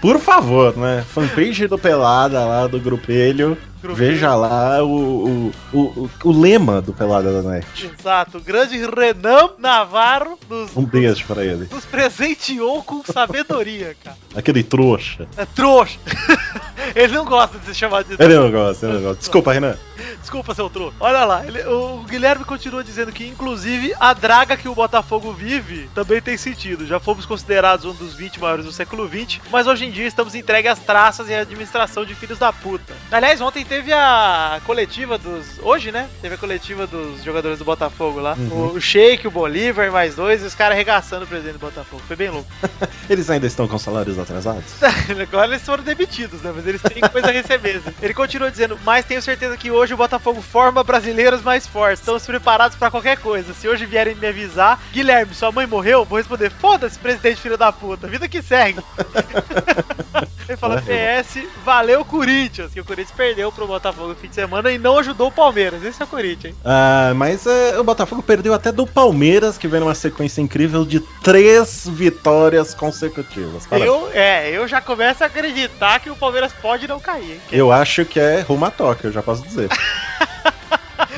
Speaker 10: Por favor, né? Fanpage do Pelada lá do Grupelho. Veja lá o, o, o, o- o lema do Pelada da NEC.
Speaker 3: Exato. O grande Renan Navarro nos,
Speaker 10: Um beijo pra ele.
Speaker 3: nos presenteou com sabedoria, cara.
Speaker 10: Aquele trouxa.
Speaker 3: É trouxa. ele não gosta de ser chamado de
Speaker 10: Ele é não gosta, ele não gosta. Desculpa, Renan.
Speaker 3: Desculpa, seu trouxa. Olha lá, ele- o Guilherme continua dizendo que, inclusive, a draga que o Botafogo vive também tem sentido. Já fomos considerados um dos 20 maiores do século XX, mas hoje em dia estamos entregues às traças e à administração de filhos da puta. Aliás, ontem teve a coletiva dos. Hoje, né? Teve a coletiva dos jogadores do Botafogo lá. O Sheik, o Bolívar, mais dois, e os caras arregaçando o presidente do Botafogo. Foi bem louco.
Speaker 10: Eles ainda estão com salários atrasados?
Speaker 3: Agora eles foram demitidos, né? Mas eles têm coisa a receber. Ele continua dizendo, mas tenho certeza que hoje o Botafogo forma brasileiros mais fortes. Estamos preparados pra qualquer coisa. Se hoje vierem me avisar, Guilherme, sua mãe morreu, vou responder, foda-se, presidente filho da puta. Vida que segue. Ele fala, PS, valeu Corinthians, que o Corinthians perdeu pro Botafogo no fim de semana e não ajudou o Palmeiras. Esse é o Corinthians, hein?
Speaker 10: Ah, mas é, o Botafogo perdeu até do Palmeiras, que vem numa sequência incrível de três vitórias consecutivas. Parabéns.
Speaker 3: Eu, é, eu já começo a acreditar que o Palmeiras pode não cair, hein?
Speaker 10: Eu acho que é rumo a Tóquio, eu já posso dizer.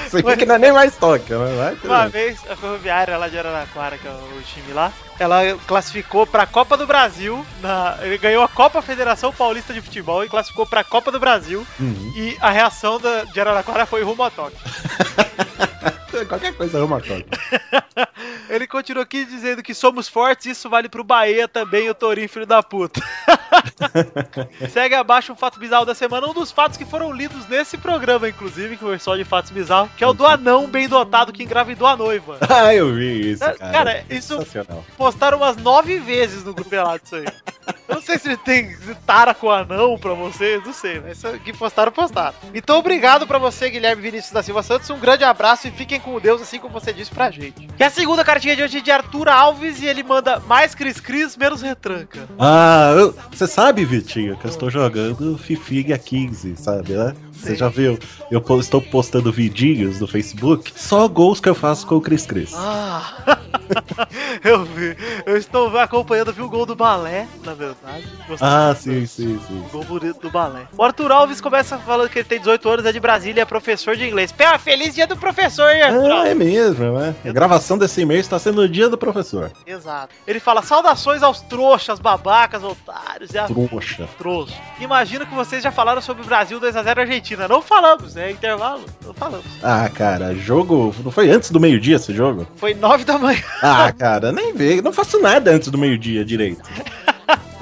Speaker 10: Sei que não é nem mais Tóquio, né? Vai, tudo
Speaker 3: Uma
Speaker 10: bem.
Speaker 3: vez, a Ferroviária lá de Araraquara, que é o time lá, ela classificou pra Copa do Brasil, na- ele ganhou a Copa Federação Paulista de Futebol e classificou pra Copa do Brasil,
Speaker 10: Uhum.
Speaker 3: e a reação da, de Araraquara foi rumo a Tóquio.
Speaker 10: Qualquer coisa é rumo a Tóquio.
Speaker 3: Ele continua aqui dizendo que somos fortes, isso vale pro Bahia também, o Torinho, filho da puta. Segue abaixo um fato bizarro da semana, um dos fatos que foram lidos nesse programa, inclusive, que foi só de fatos bizarros, que é o do anão bem dotado que engravidou a noiva.
Speaker 10: ah, eu vi isso,
Speaker 3: Cara,
Speaker 10: cara.
Speaker 3: isso-
Speaker 10: Sensacional.
Speaker 3: postaram umas nove vezes no grupo pelado isso aí. Eu não sei se ele tem se tara com anão pra vocês, não sei, mas isso que postaram, postaram. Então, obrigado pra você, Guilherme Vinícius da Silva Santos. Um grande abraço e fiquem com Deus, assim como você disse pra gente. E a segunda cartinha de hoje é de Arthur Alves e ele manda mais Cris-Cris, menos retranca.
Speaker 10: Ah, eu- você sabe, Vitinho, que eu estou jogando Fifiga 15, sabe, né? Você já viu? Eu po- estou postando vidinhos no Facebook, só gols que eu faço com o Cris Cris.
Speaker 3: Ah! eu vi. Eu estou acompanhando, vi o gol do balé, na verdade. Gostei
Speaker 10: Ah, sim,
Speaker 3: bastante.
Speaker 10: sim, sim.
Speaker 3: Gol bonito do balé. O Arthur Alves começa falando que ele tem 18 anos, é de Brasília, é professor de inglês. Pé, feliz dia do professor, hein, Arthur?
Speaker 10: Ah,
Speaker 3: Alves?
Speaker 10: é mesmo, né? A gravação desse e-mail está sendo o dia do professor.
Speaker 3: Exato. Ele fala: saudações aos trouxas, babacas, otários e
Speaker 10: Ah.
Speaker 3: a
Speaker 10: Trouxa.
Speaker 3: trouxa. Imagino que vocês já falaram sobre o Brasil 2x0 Argentina. Não falamos, né? Intervalo, não falamos.
Speaker 10: Ah, cara, jogo. Não foi antes do meio-dia esse jogo?
Speaker 3: Foi 9 da manhã.
Speaker 10: Ah, cara, nem vê. Não faço nada antes do meio-dia direito.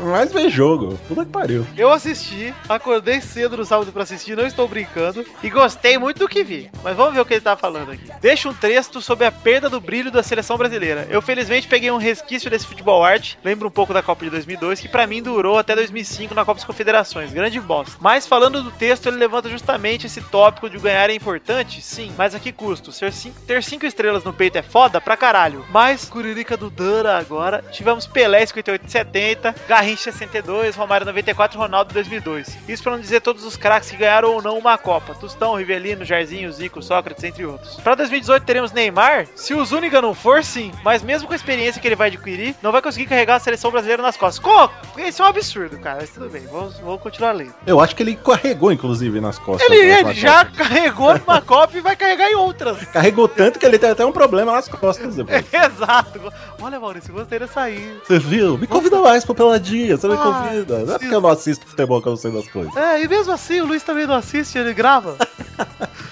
Speaker 10: Mas vê jogo. Puta que pariu.
Speaker 3: Eu assisti, acordei cedo no sábado pra assistir, não estou brincando, e gostei muito do que vi. Mas vamos ver o que ele tá falando aqui. Deixa um texto sobre a perda do brilho da seleção brasileira. Eu felizmente peguei um resquício desse futebol arte, lembro um pouco da Copa de 2002, que pra mim durou até 2005 na Copa das Confederações, grande bosta. Mas falando do texto, ele levanta justamente esse tópico de ganhar é importante, sim, mas a que custo? Ser cinco- ter cinco estrelas no peito é foda pra caralho. Mas, curirica do Dana agora, tivemos Pelé 58 70, Garrincha Garrincha 62, Romário 94, Ronaldo 2002. Isso pra não dizer todos os craques que ganharam ou não uma Copa. Tostão, Rivelino, Jairzinho, Zico, Sócrates, entre outros. Pra 2018 teremos Neymar? Se o Zúñiga não for, sim. Mas mesmo com a experiência que ele vai adquirir, não vai conseguir carregar a seleção brasileira nas costas. Co isso é um absurdo, cara. Mas tudo bem, vou, vou continuar lendo.
Speaker 10: Eu acho que ele carregou, inclusive, nas costas. né,
Speaker 3: Ele,
Speaker 10: na
Speaker 3: ele
Speaker 10: próxima
Speaker 3: já
Speaker 10: Copa.
Speaker 3: carregou numa Copa e vai carregar em outras.
Speaker 10: Carregou tanto que ele tem até um problema nas costas
Speaker 9: É
Speaker 10: depois.
Speaker 3: Exato. Olha, Maurício, gostei dessa aí.
Speaker 10: Você viu? Me convida mais pra peladinha, você me
Speaker 3: Ah,
Speaker 10: convida. Não é porque eu não assisto futebol que eu não sei das coisas.
Speaker 3: É, e mesmo assim o Luiz também não assiste, ele grava.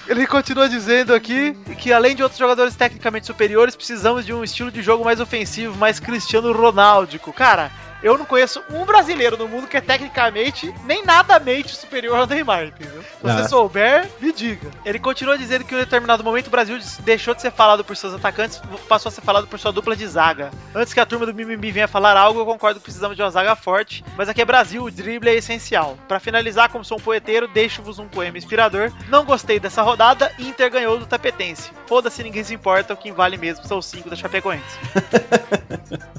Speaker 3: Ele continua dizendo aqui que além de outros jogadores tecnicamente superiores, precisamos de um estilo de jogo mais ofensivo, mais Cristiano Ronaldico. Cara, eu não conheço um brasileiro no mundo que é tecnicamente nem nadamente superior ao Neymar, entendeu? Se você
Speaker 10: Ah.
Speaker 3: souber, me diga. Ele continua dizendo que em um determinado momento o Brasil des- deixou de ser falado por seus atacantes, passou a ser falado por sua dupla de zaga. Antes que a turma do Mimimi venha falar algo, eu concordo que precisamos de uma zaga forte, mas aqui é Brasil, o drible é essencial. Pra finalizar, como sou um poeteiro, deixo-vos um poema inspirador. Não gostei dessa rodada, Inter ganhou do Tapetense. Foda-se, ninguém se importa, o que vale mesmo são os cinco da Chapecoense.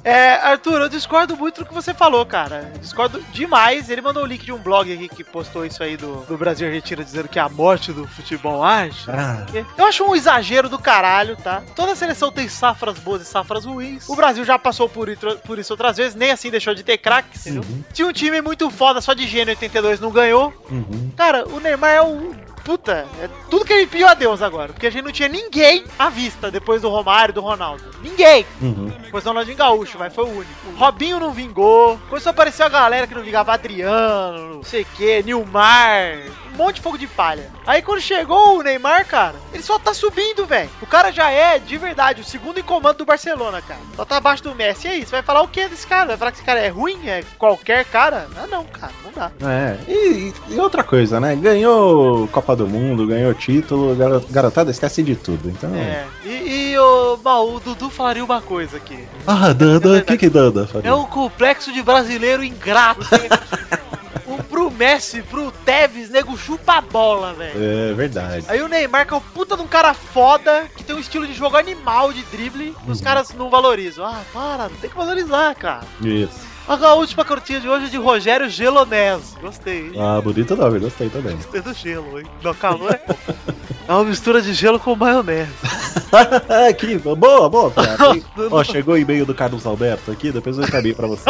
Speaker 3: É, Arthur, eu discordo muito do que você falou, cara. Discordo demais. Ele mandou o link de um blog aqui que postou isso aí do, do Brasil Argentina dizendo que é a morte do futebol acha.
Speaker 10: Ah,
Speaker 3: Eu acho um exagero do caralho, tá? Toda seleção tem safras boas e safras ruins. O Brasil já passou por, itro- por isso outras vezes, nem assim deixou de ter craques, entendeu?
Speaker 10: Uhum.
Speaker 3: Tinha um time muito foda só de gênio 82, não ganhou.
Speaker 10: uhum.
Speaker 3: Cara, o Neymar é o. Puta, é tudo que ele pediu a Deus agora. Porque a gente não tinha ninguém à vista depois do Romário, do Ronaldo. Ninguém!
Speaker 10: Uhum.
Speaker 3: Pois não, Ronaldinho Gaúcho, vai, foi o único. Robinho não vingou. Começou a aparecer a galera que não vingava Adriano, não sei o que, Nilmar. Um monte de fogo de palha. Aí quando chegou o Neymar, cara, ele só tá subindo, velho. O cara já é, de verdade, o segundo em comando do Barcelona, cara. Só tá abaixo do Messi. E aí, você vai falar o que desse cara? Vai falar que esse cara é ruim? É qualquer cara? Ah, não, cara, não dá.
Speaker 10: É, e, e outra coisa, né? Ganhou Copa do Mundo, ganhou título, garo- garotada esquece de tudo. Então.
Speaker 3: É. E, e o, Baú, o Dudu falaria uma coisa aqui.
Speaker 10: Ah, Danda, o que que Danda faria?
Speaker 3: É o complexo de brasileiro ingrato. o pro Messi, pro Tevez, nego chupa a bola, velho.
Speaker 10: É verdade.
Speaker 3: Aí o Neymar, que é um puta de um cara foda, que tem um estilo de jogo animal de drible, e os caras não valorizam. Ah, para, tem que valorizar, cara.
Speaker 10: Isso.
Speaker 3: A última cortina de hoje é de Rogério Gelonese. Gostei, hein?
Speaker 10: Ah, bonito nome, gostei também.
Speaker 9: Ah.
Speaker 3: Gostei do gelo, hein? No calor é bom. É uma mistura de gelo com maionese.
Speaker 10: aqui, É, boa, boa. cara. Ó, chegou o e-mail do Carlos Alberto aqui, depois eu encaminho pra você.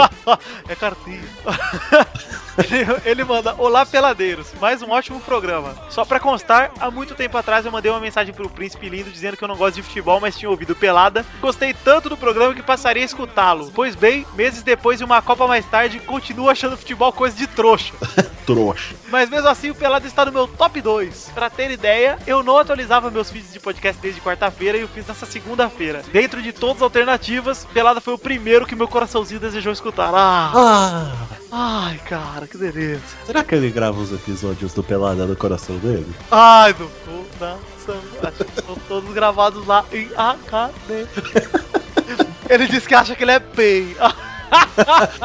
Speaker 3: É cartinha. ele, ele manda: Olá, peladeiros, mais um ótimo programa. Só pra constar, há muito tempo atrás eu mandei uma mensagem pro Príncipe Lindo dizendo que eu não gosto de futebol, mas tinha ouvido pelada. Gostei tanto do programa que passaria a escutá-lo. Pois bem, meses depois e uma Copa mais tarde, continuo achando futebol coisa de trouxa.
Speaker 10: Trouxa.
Speaker 3: Mas mesmo assim, o Pelado está no meu top 2. Pra ter ideia, eu não atualizava meus feeds de podcast desde quarta-feira e eu fiz nessa segunda-feira. Dentro de todas as alternativas, Pelada foi o primeiro que meu coraçãozinho desejou escutar. Ah!
Speaker 10: Ah,
Speaker 3: Ai, cara, que delícia.
Speaker 10: será que ele grava os episódios do Pelada no coração dele?
Speaker 3: Ai, do cu da samba. Acho que estão todos gravados lá em HD. Ele diz que acha que ele é bem. Ah,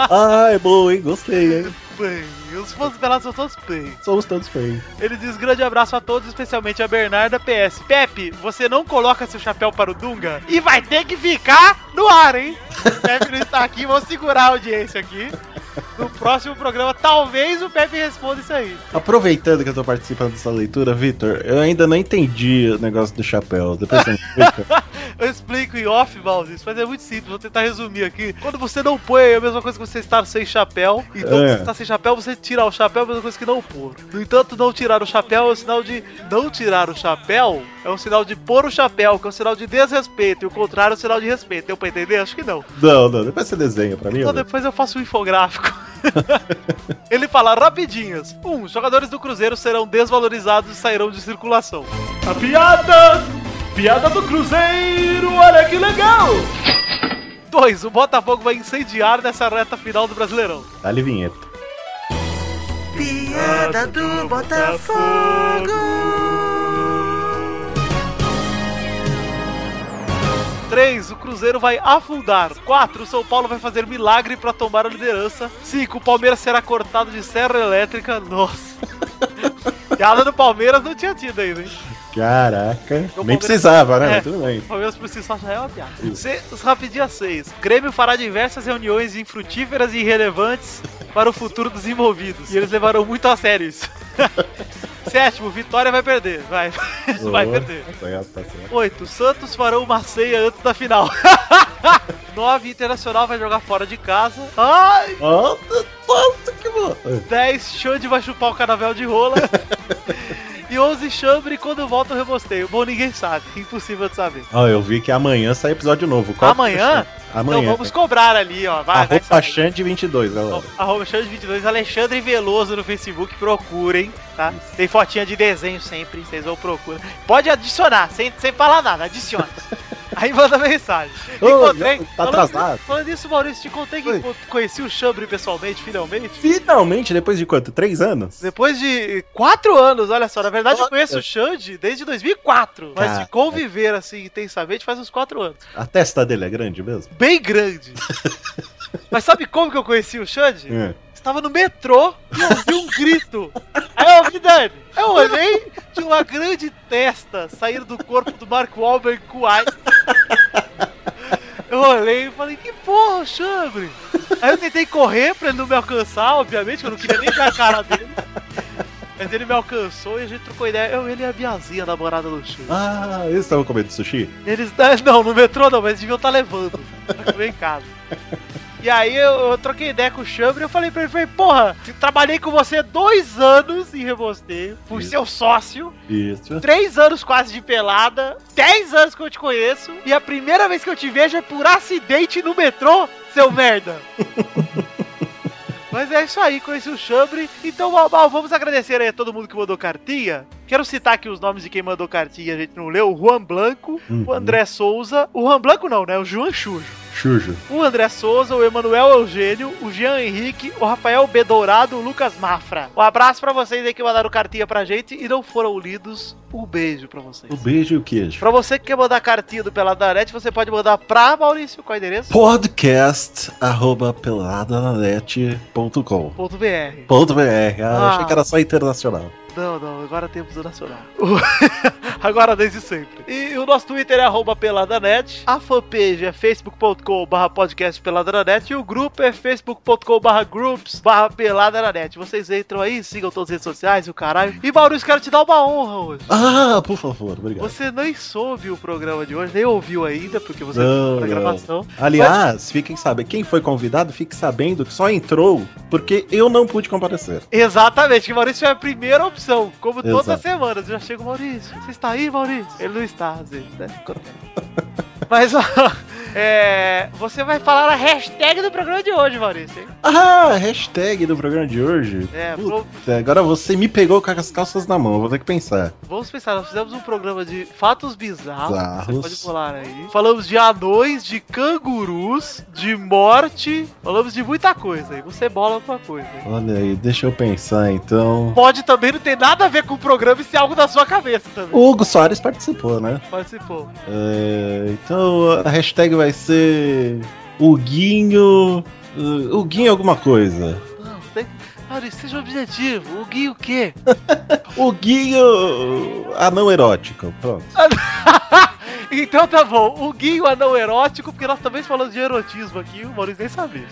Speaker 10: Ah, é bom, hein? Gostei, hein?
Speaker 3: bem. Os fãs pelados são todos bem.
Speaker 10: Somos todos bem.
Speaker 3: Ele diz grande abraço a todos, especialmente a Bernarda PS. Pepe, você não coloca seu chapéu para o Dunga? E vai ter que ficar no ar, hein? Pepe não está aqui, vamos segurar a audiência aqui. No próximo programa, talvez o Pepe responda isso aí.
Speaker 10: Aproveitando que eu tô participando dessa leitura, Vitor, eu ainda não entendi o negócio do chapéu. Depois você me explica.
Speaker 3: Eu explico em off, Maurício, mas é muito simples, vou tentar resumir aqui. Quando você não põe, é a mesma coisa que você estar sem chapéu. Então,
Speaker 10: É.
Speaker 3: se você está sem chapéu, você tirar o chapéu é a mesma coisa que não pôr. No entanto, não tirar o chapéu é um sinal de não tirar o chapéu, é um sinal de pôr o chapéu, que é um sinal de desrespeito, e o contrário é um sinal de respeito. Deu pra entender? Acho que não.
Speaker 10: Não, não, depois você desenha pra mim.
Speaker 3: Então
Speaker 10: Alberto.
Speaker 3: depois eu faço um infográfico. Ele fala rapidinhas. Um, jogadores do Cruzeiro serão desvalorizados e sairão de circulação.
Speaker 7: A piada! Piada do Cruzeiro, olha que legal!
Speaker 3: 2. O Botafogo vai incendiar nessa reta final do Brasileirão.
Speaker 10: Dá-lhe vinheta.
Speaker 7: Piada do Botafogo!
Speaker 3: 3. O Cruzeiro vai afundar. 4. O São Paulo vai fazer milagre pra tomar a liderança. 5. O Palmeiras será cortado de serra elétrica. Nossa. Piada do Palmeiras não tinha tido ainda, hein?
Speaker 10: Caraca.
Speaker 3: Eu
Speaker 10: Nem
Speaker 3: congra-
Speaker 10: precisava, né?
Speaker 3: É.
Speaker 10: Mas tudo bem.
Speaker 3: O Palmeiras por si só já é uma piada. Se- os rapidinho a seis. Grêmio fará diversas reuniões infrutíferas e irrelevantes para o futuro dos envolvidos. E eles levaram muito a sério isso. Sétimo, Vitória vai perder. Vai. Isso vai
Speaker 10: Boa.
Speaker 3: perder.
Speaker 10: Tá certo, tá certo.
Speaker 3: Oito, Santos fará uma ceia antes da final. Nove, Internacional vai jogar fora de casa. Ai!
Speaker 10: Ó, tanto que bom.
Speaker 3: 10, Xande vai chupar o canavel de rola. e 11, Chambre, quando volta o rebosteio. Bom, ninguém sabe. Impossível de saber.
Speaker 10: Ó, eu vi que amanhã sai episódio novo. que
Speaker 3: Amanhã?
Speaker 10: é o Xande?
Speaker 3: Então
Speaker 10: Amanhã.
Speaker 3: vamos cobrar ali, ó. Vai, vai
Speaker 10: Arroba
Speaker 3: sair.
Speaker 10: Xande 22, galera.
Speaker 3: Arroba Xande 22, Alexandre Veloso no Facebook, procurem, tá? Tem fotinha de desenho sempre, vocês vão procurar. Pode adicionar, sem, sem falar nada, adiciona. Aí manda mensagem.
Speaker 10: Ô,
Speaker 3: Encontrei.
Speaker 10: já tá atrasado.
Speaker 3: Falando, falando isso, Maurício, te contei que
Speaker 10: Oi.
Speaker 3: eu conheci o Chambre pessoalmente, finalmente.
Speaker 10: Finalmente, depois de quanto? Três anos?
Speaker 3: Depois de quatro anos, olha só, na verdade eu conheço o Xande desde 2004, mas
Speaker 10: Cara.
Speaker 3: de conviver assim intensamente faz uns quatro anos.
Speaker 10: A testa dele é grande mesmo?
Speaker 3: Bem grande. mas sabe como que eu conheci o Xande?
Speaker 9: Hum.
Speaker 10: É.
Speaker 3: Estava no metrô e eu ouvi um grito. Aí eu ouvi, Dani. Eu olhei de uma grande testa saindo do corpo do Mark Wahlberg Kuai. Eu olhei e falei, que porra, chambre! Aí eu tentei correr pra ele não me alcançar, obviamente, que eu não queria nem ver a cara dele. Mas ele me alcançou e a gente trocou ideia. Eu, ele e a Biazinha, a namorada do Xande.
Speaker 10: Ah, eles estavam comendo sushi?
Speaker 3: Eles. é, Não, no metrô não, mas deviam estar levando. Pra comer em casa. E aí eu, eu troquei ideia com o Chambre e eu falei pra ele, falei, porra, trabalhei com você dois anos em rebosteio, fui
Speaker 10: Isso.
Speaker 3: seu sócio,
Speaker 10: Isso.
Speaker 3: três anos quase de pelada, dez anos que eu te conheço, e a primeira vez que eu te vejo é por acidente no metrô, seu merda. Mas é isso aí, conheci o Chambre. Então, Malmal, vamos agradecer aí a todo mundo que mandou cartinha. Quero citar aqui os nomes de quem mandou cartinha, a gente não leu. O Juan Blanco,
Speaker 10: Uhum.
Speaker 3: o André Souza. O Juan Blanco não, né? O Juan Chujo.
Speaker 10: Chujo.
Speaker 3: O André Souza, o Emanuel Eugênio, o Jean Henrique, o Rafael B. Dourado, o Lucas Mafra. Um abraço pra vocês aí que mandaram cartinha pra gente e não foram lidos. Um beijo pra vocês.
Speaker 10: O Uhum. beijo e o queijo.
Speaker 3: Pra você que quer mandar cartinha do Peladanete, você pode mandar pra Maurício, qual é o endereço?
Speaker 10: Podcast arroba peladananet.com
Speaker 3: Ponto .br.
Speaker 10: Ponto BR. Ah,
Speaker 3: Ah.
Speaker 10: Achei que era só internacional.
Speaker 3: Não, não, agora temos o Nacional. agora desde sempre. E o nosso Twitter é arroba peladanet, a fanpage é facebook.com barra podcast peladanet e o grupo é facebook.com barra groups barra peladanet. Vocês entram aí, sigam todas as redes sociais e o caralho. E Maurício, quero te dar uma honra hoje.
Speaker 10: Ah, por favor, obrigado.
Speaker 3: Você nem soube o programa de hoje, nem ouviu ainda, porque você tá
Speaker 10: Não,
Speaker 3: na
Speaker 10: não.
Speaker 3: gravação.
Speaker 10: Aliás, fiquem sabendo, quem foi convidado, fique sabendo que só entrou porque eu não pude comparecer.
Speaker 3: Exatamente, que Maurício é a primeira opção, como todas
Speaker 10: Exato.
Speaker 3: as semanas. Eu já chego, Maurício, você está aí, Maurício? Ele não está, às vezes, né? Acontece. Mas, ó, é, você vai falar a hashtag do programa de hoje, Maurício, hein?
Speaker 10: Ah, hashtag do programa de hoje.
Speaker 3: É,
Speaker 10: Puta,
Speaker 3: pro-
Speaker 10: agora você me pegou com as calças na mão, vou ter que pensar.
Speaker 3: vamos pensar, nós fizemos um programa de fatos bizarros,
Speaker 10: Bizarros.
Speaker 3: Ah, você pode pular aí. Falamos de anões, de cangurus, de morte, falamos de muita coisa, aí você bola alguma coisa, hein?
Speaker 10: Olha aí, deixa eu pensar então.
Speaker 3: Pode também não ter nada a ver com o programa e ser algo da sua cabeça também.
Speaker 10: O Hugo Soares participou, né?
Speaker 3: Participou.
Speaker 10: É, então a hashtag vai ser Huguinho. uh, Huguinho alguma coisa.
Speaker 3: Não, tem... Maurício, seja um objetivo. O Gui o quê?
Speaker 10: Huguinho. uh, Anão erótico. Pronto.
Speaker 3: então tá bom. O Gui, o anão erótico, porque nós também falamos de erotismo aqui, o Maurício nem sabia.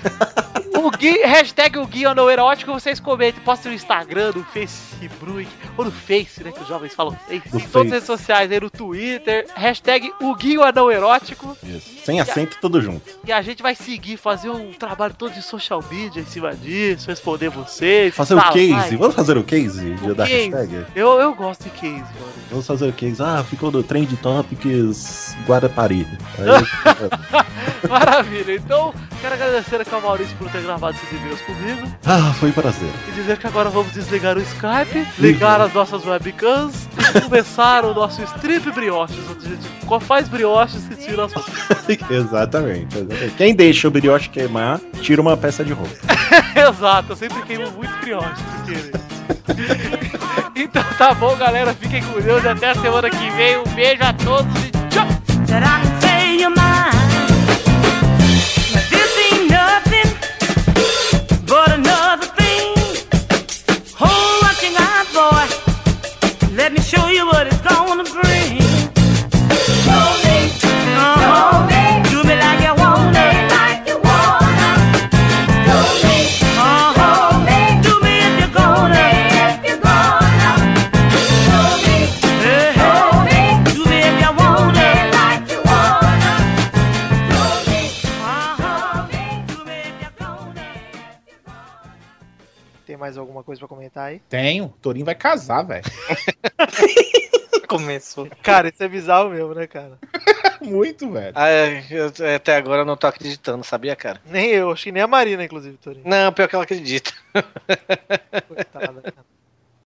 Speaker 3: o Gui, hashtag o Gui anão erótico, vocês comentem. Posta no Instagram, no Facebook, ou no Face, né, que os jovens falam Face.
Speaker 10: No
Speaker 3: Em todas as
Speaker 10: Face.
Speaker 3: redes sociais, aí no Twitter. Hashtag o Gui, o anão erótico.
Speaker 10: Isso. Sem acento, tudo junto.
Speaker 3: E a gente vai seguir, fazer um trabalho todo de social media em cima disso, responder vocês.
Speaker 10: Fazer o
Speaker 3: Tá,
Speaker 10: case.
Speaker 3: vai.
Speaker 10: Vamos fazer o case de-
Speaker 3: O
Speaker 10: da
Speaker 3: case.
Speaker 10: hashtag?
Speaker 3: Eu, eu gosto de case, mano.
Speaker 10: Vamos fazer o case. Ah, ficou no Trend Topics Guarapari. Aí,
Speaker 3: Maravilha, então quero agradecer aqui ao Maurício por ter gravado esses e-mails comigo
Speaker 10: ah, foi um prazer.
Speaker 3: e dizer que agora vamos desligar o Skype, ligar as nossas webcams e começar o nosso strip brioches, onde a gente co- faz brioches e tira as
Speaker 10: exatamente, exatamente. Quem deixa o brioche queimar, tira uma peça de roupa.
Speaker 3: Exato, eu sempre queimo muito brioches sem querer. Então tá bom, galera, fiquem com Deus e até a semana que vem. Um beijo a todos e tchau!
Speaker 11: that I can say you're mine. Now, This ain't nothing but another thing. Hold what you got, boy. Let me show you what it's gonna bring. uh-huh. uh-huh.
Speaker 3: Tem mais alguma coisa pra comentar aí?
Speaker 10: Tenho. Torinho vai casar, velho.
Speaker 9: Começou.
Speaker 3: Cara, isso é bizarro mesmo, né, cara?
Speaker 10: Muito, velho.
Speaker 2: Ai, eu- É, até agora eu não tô acreditando, sabia, cara?
Speaker 3: Nem eu, acho que nem a Marina, inclusive, Torinho.
Speaker 2: Não, pior que ela acredita.
Speaker 3: Coitada, né? cara.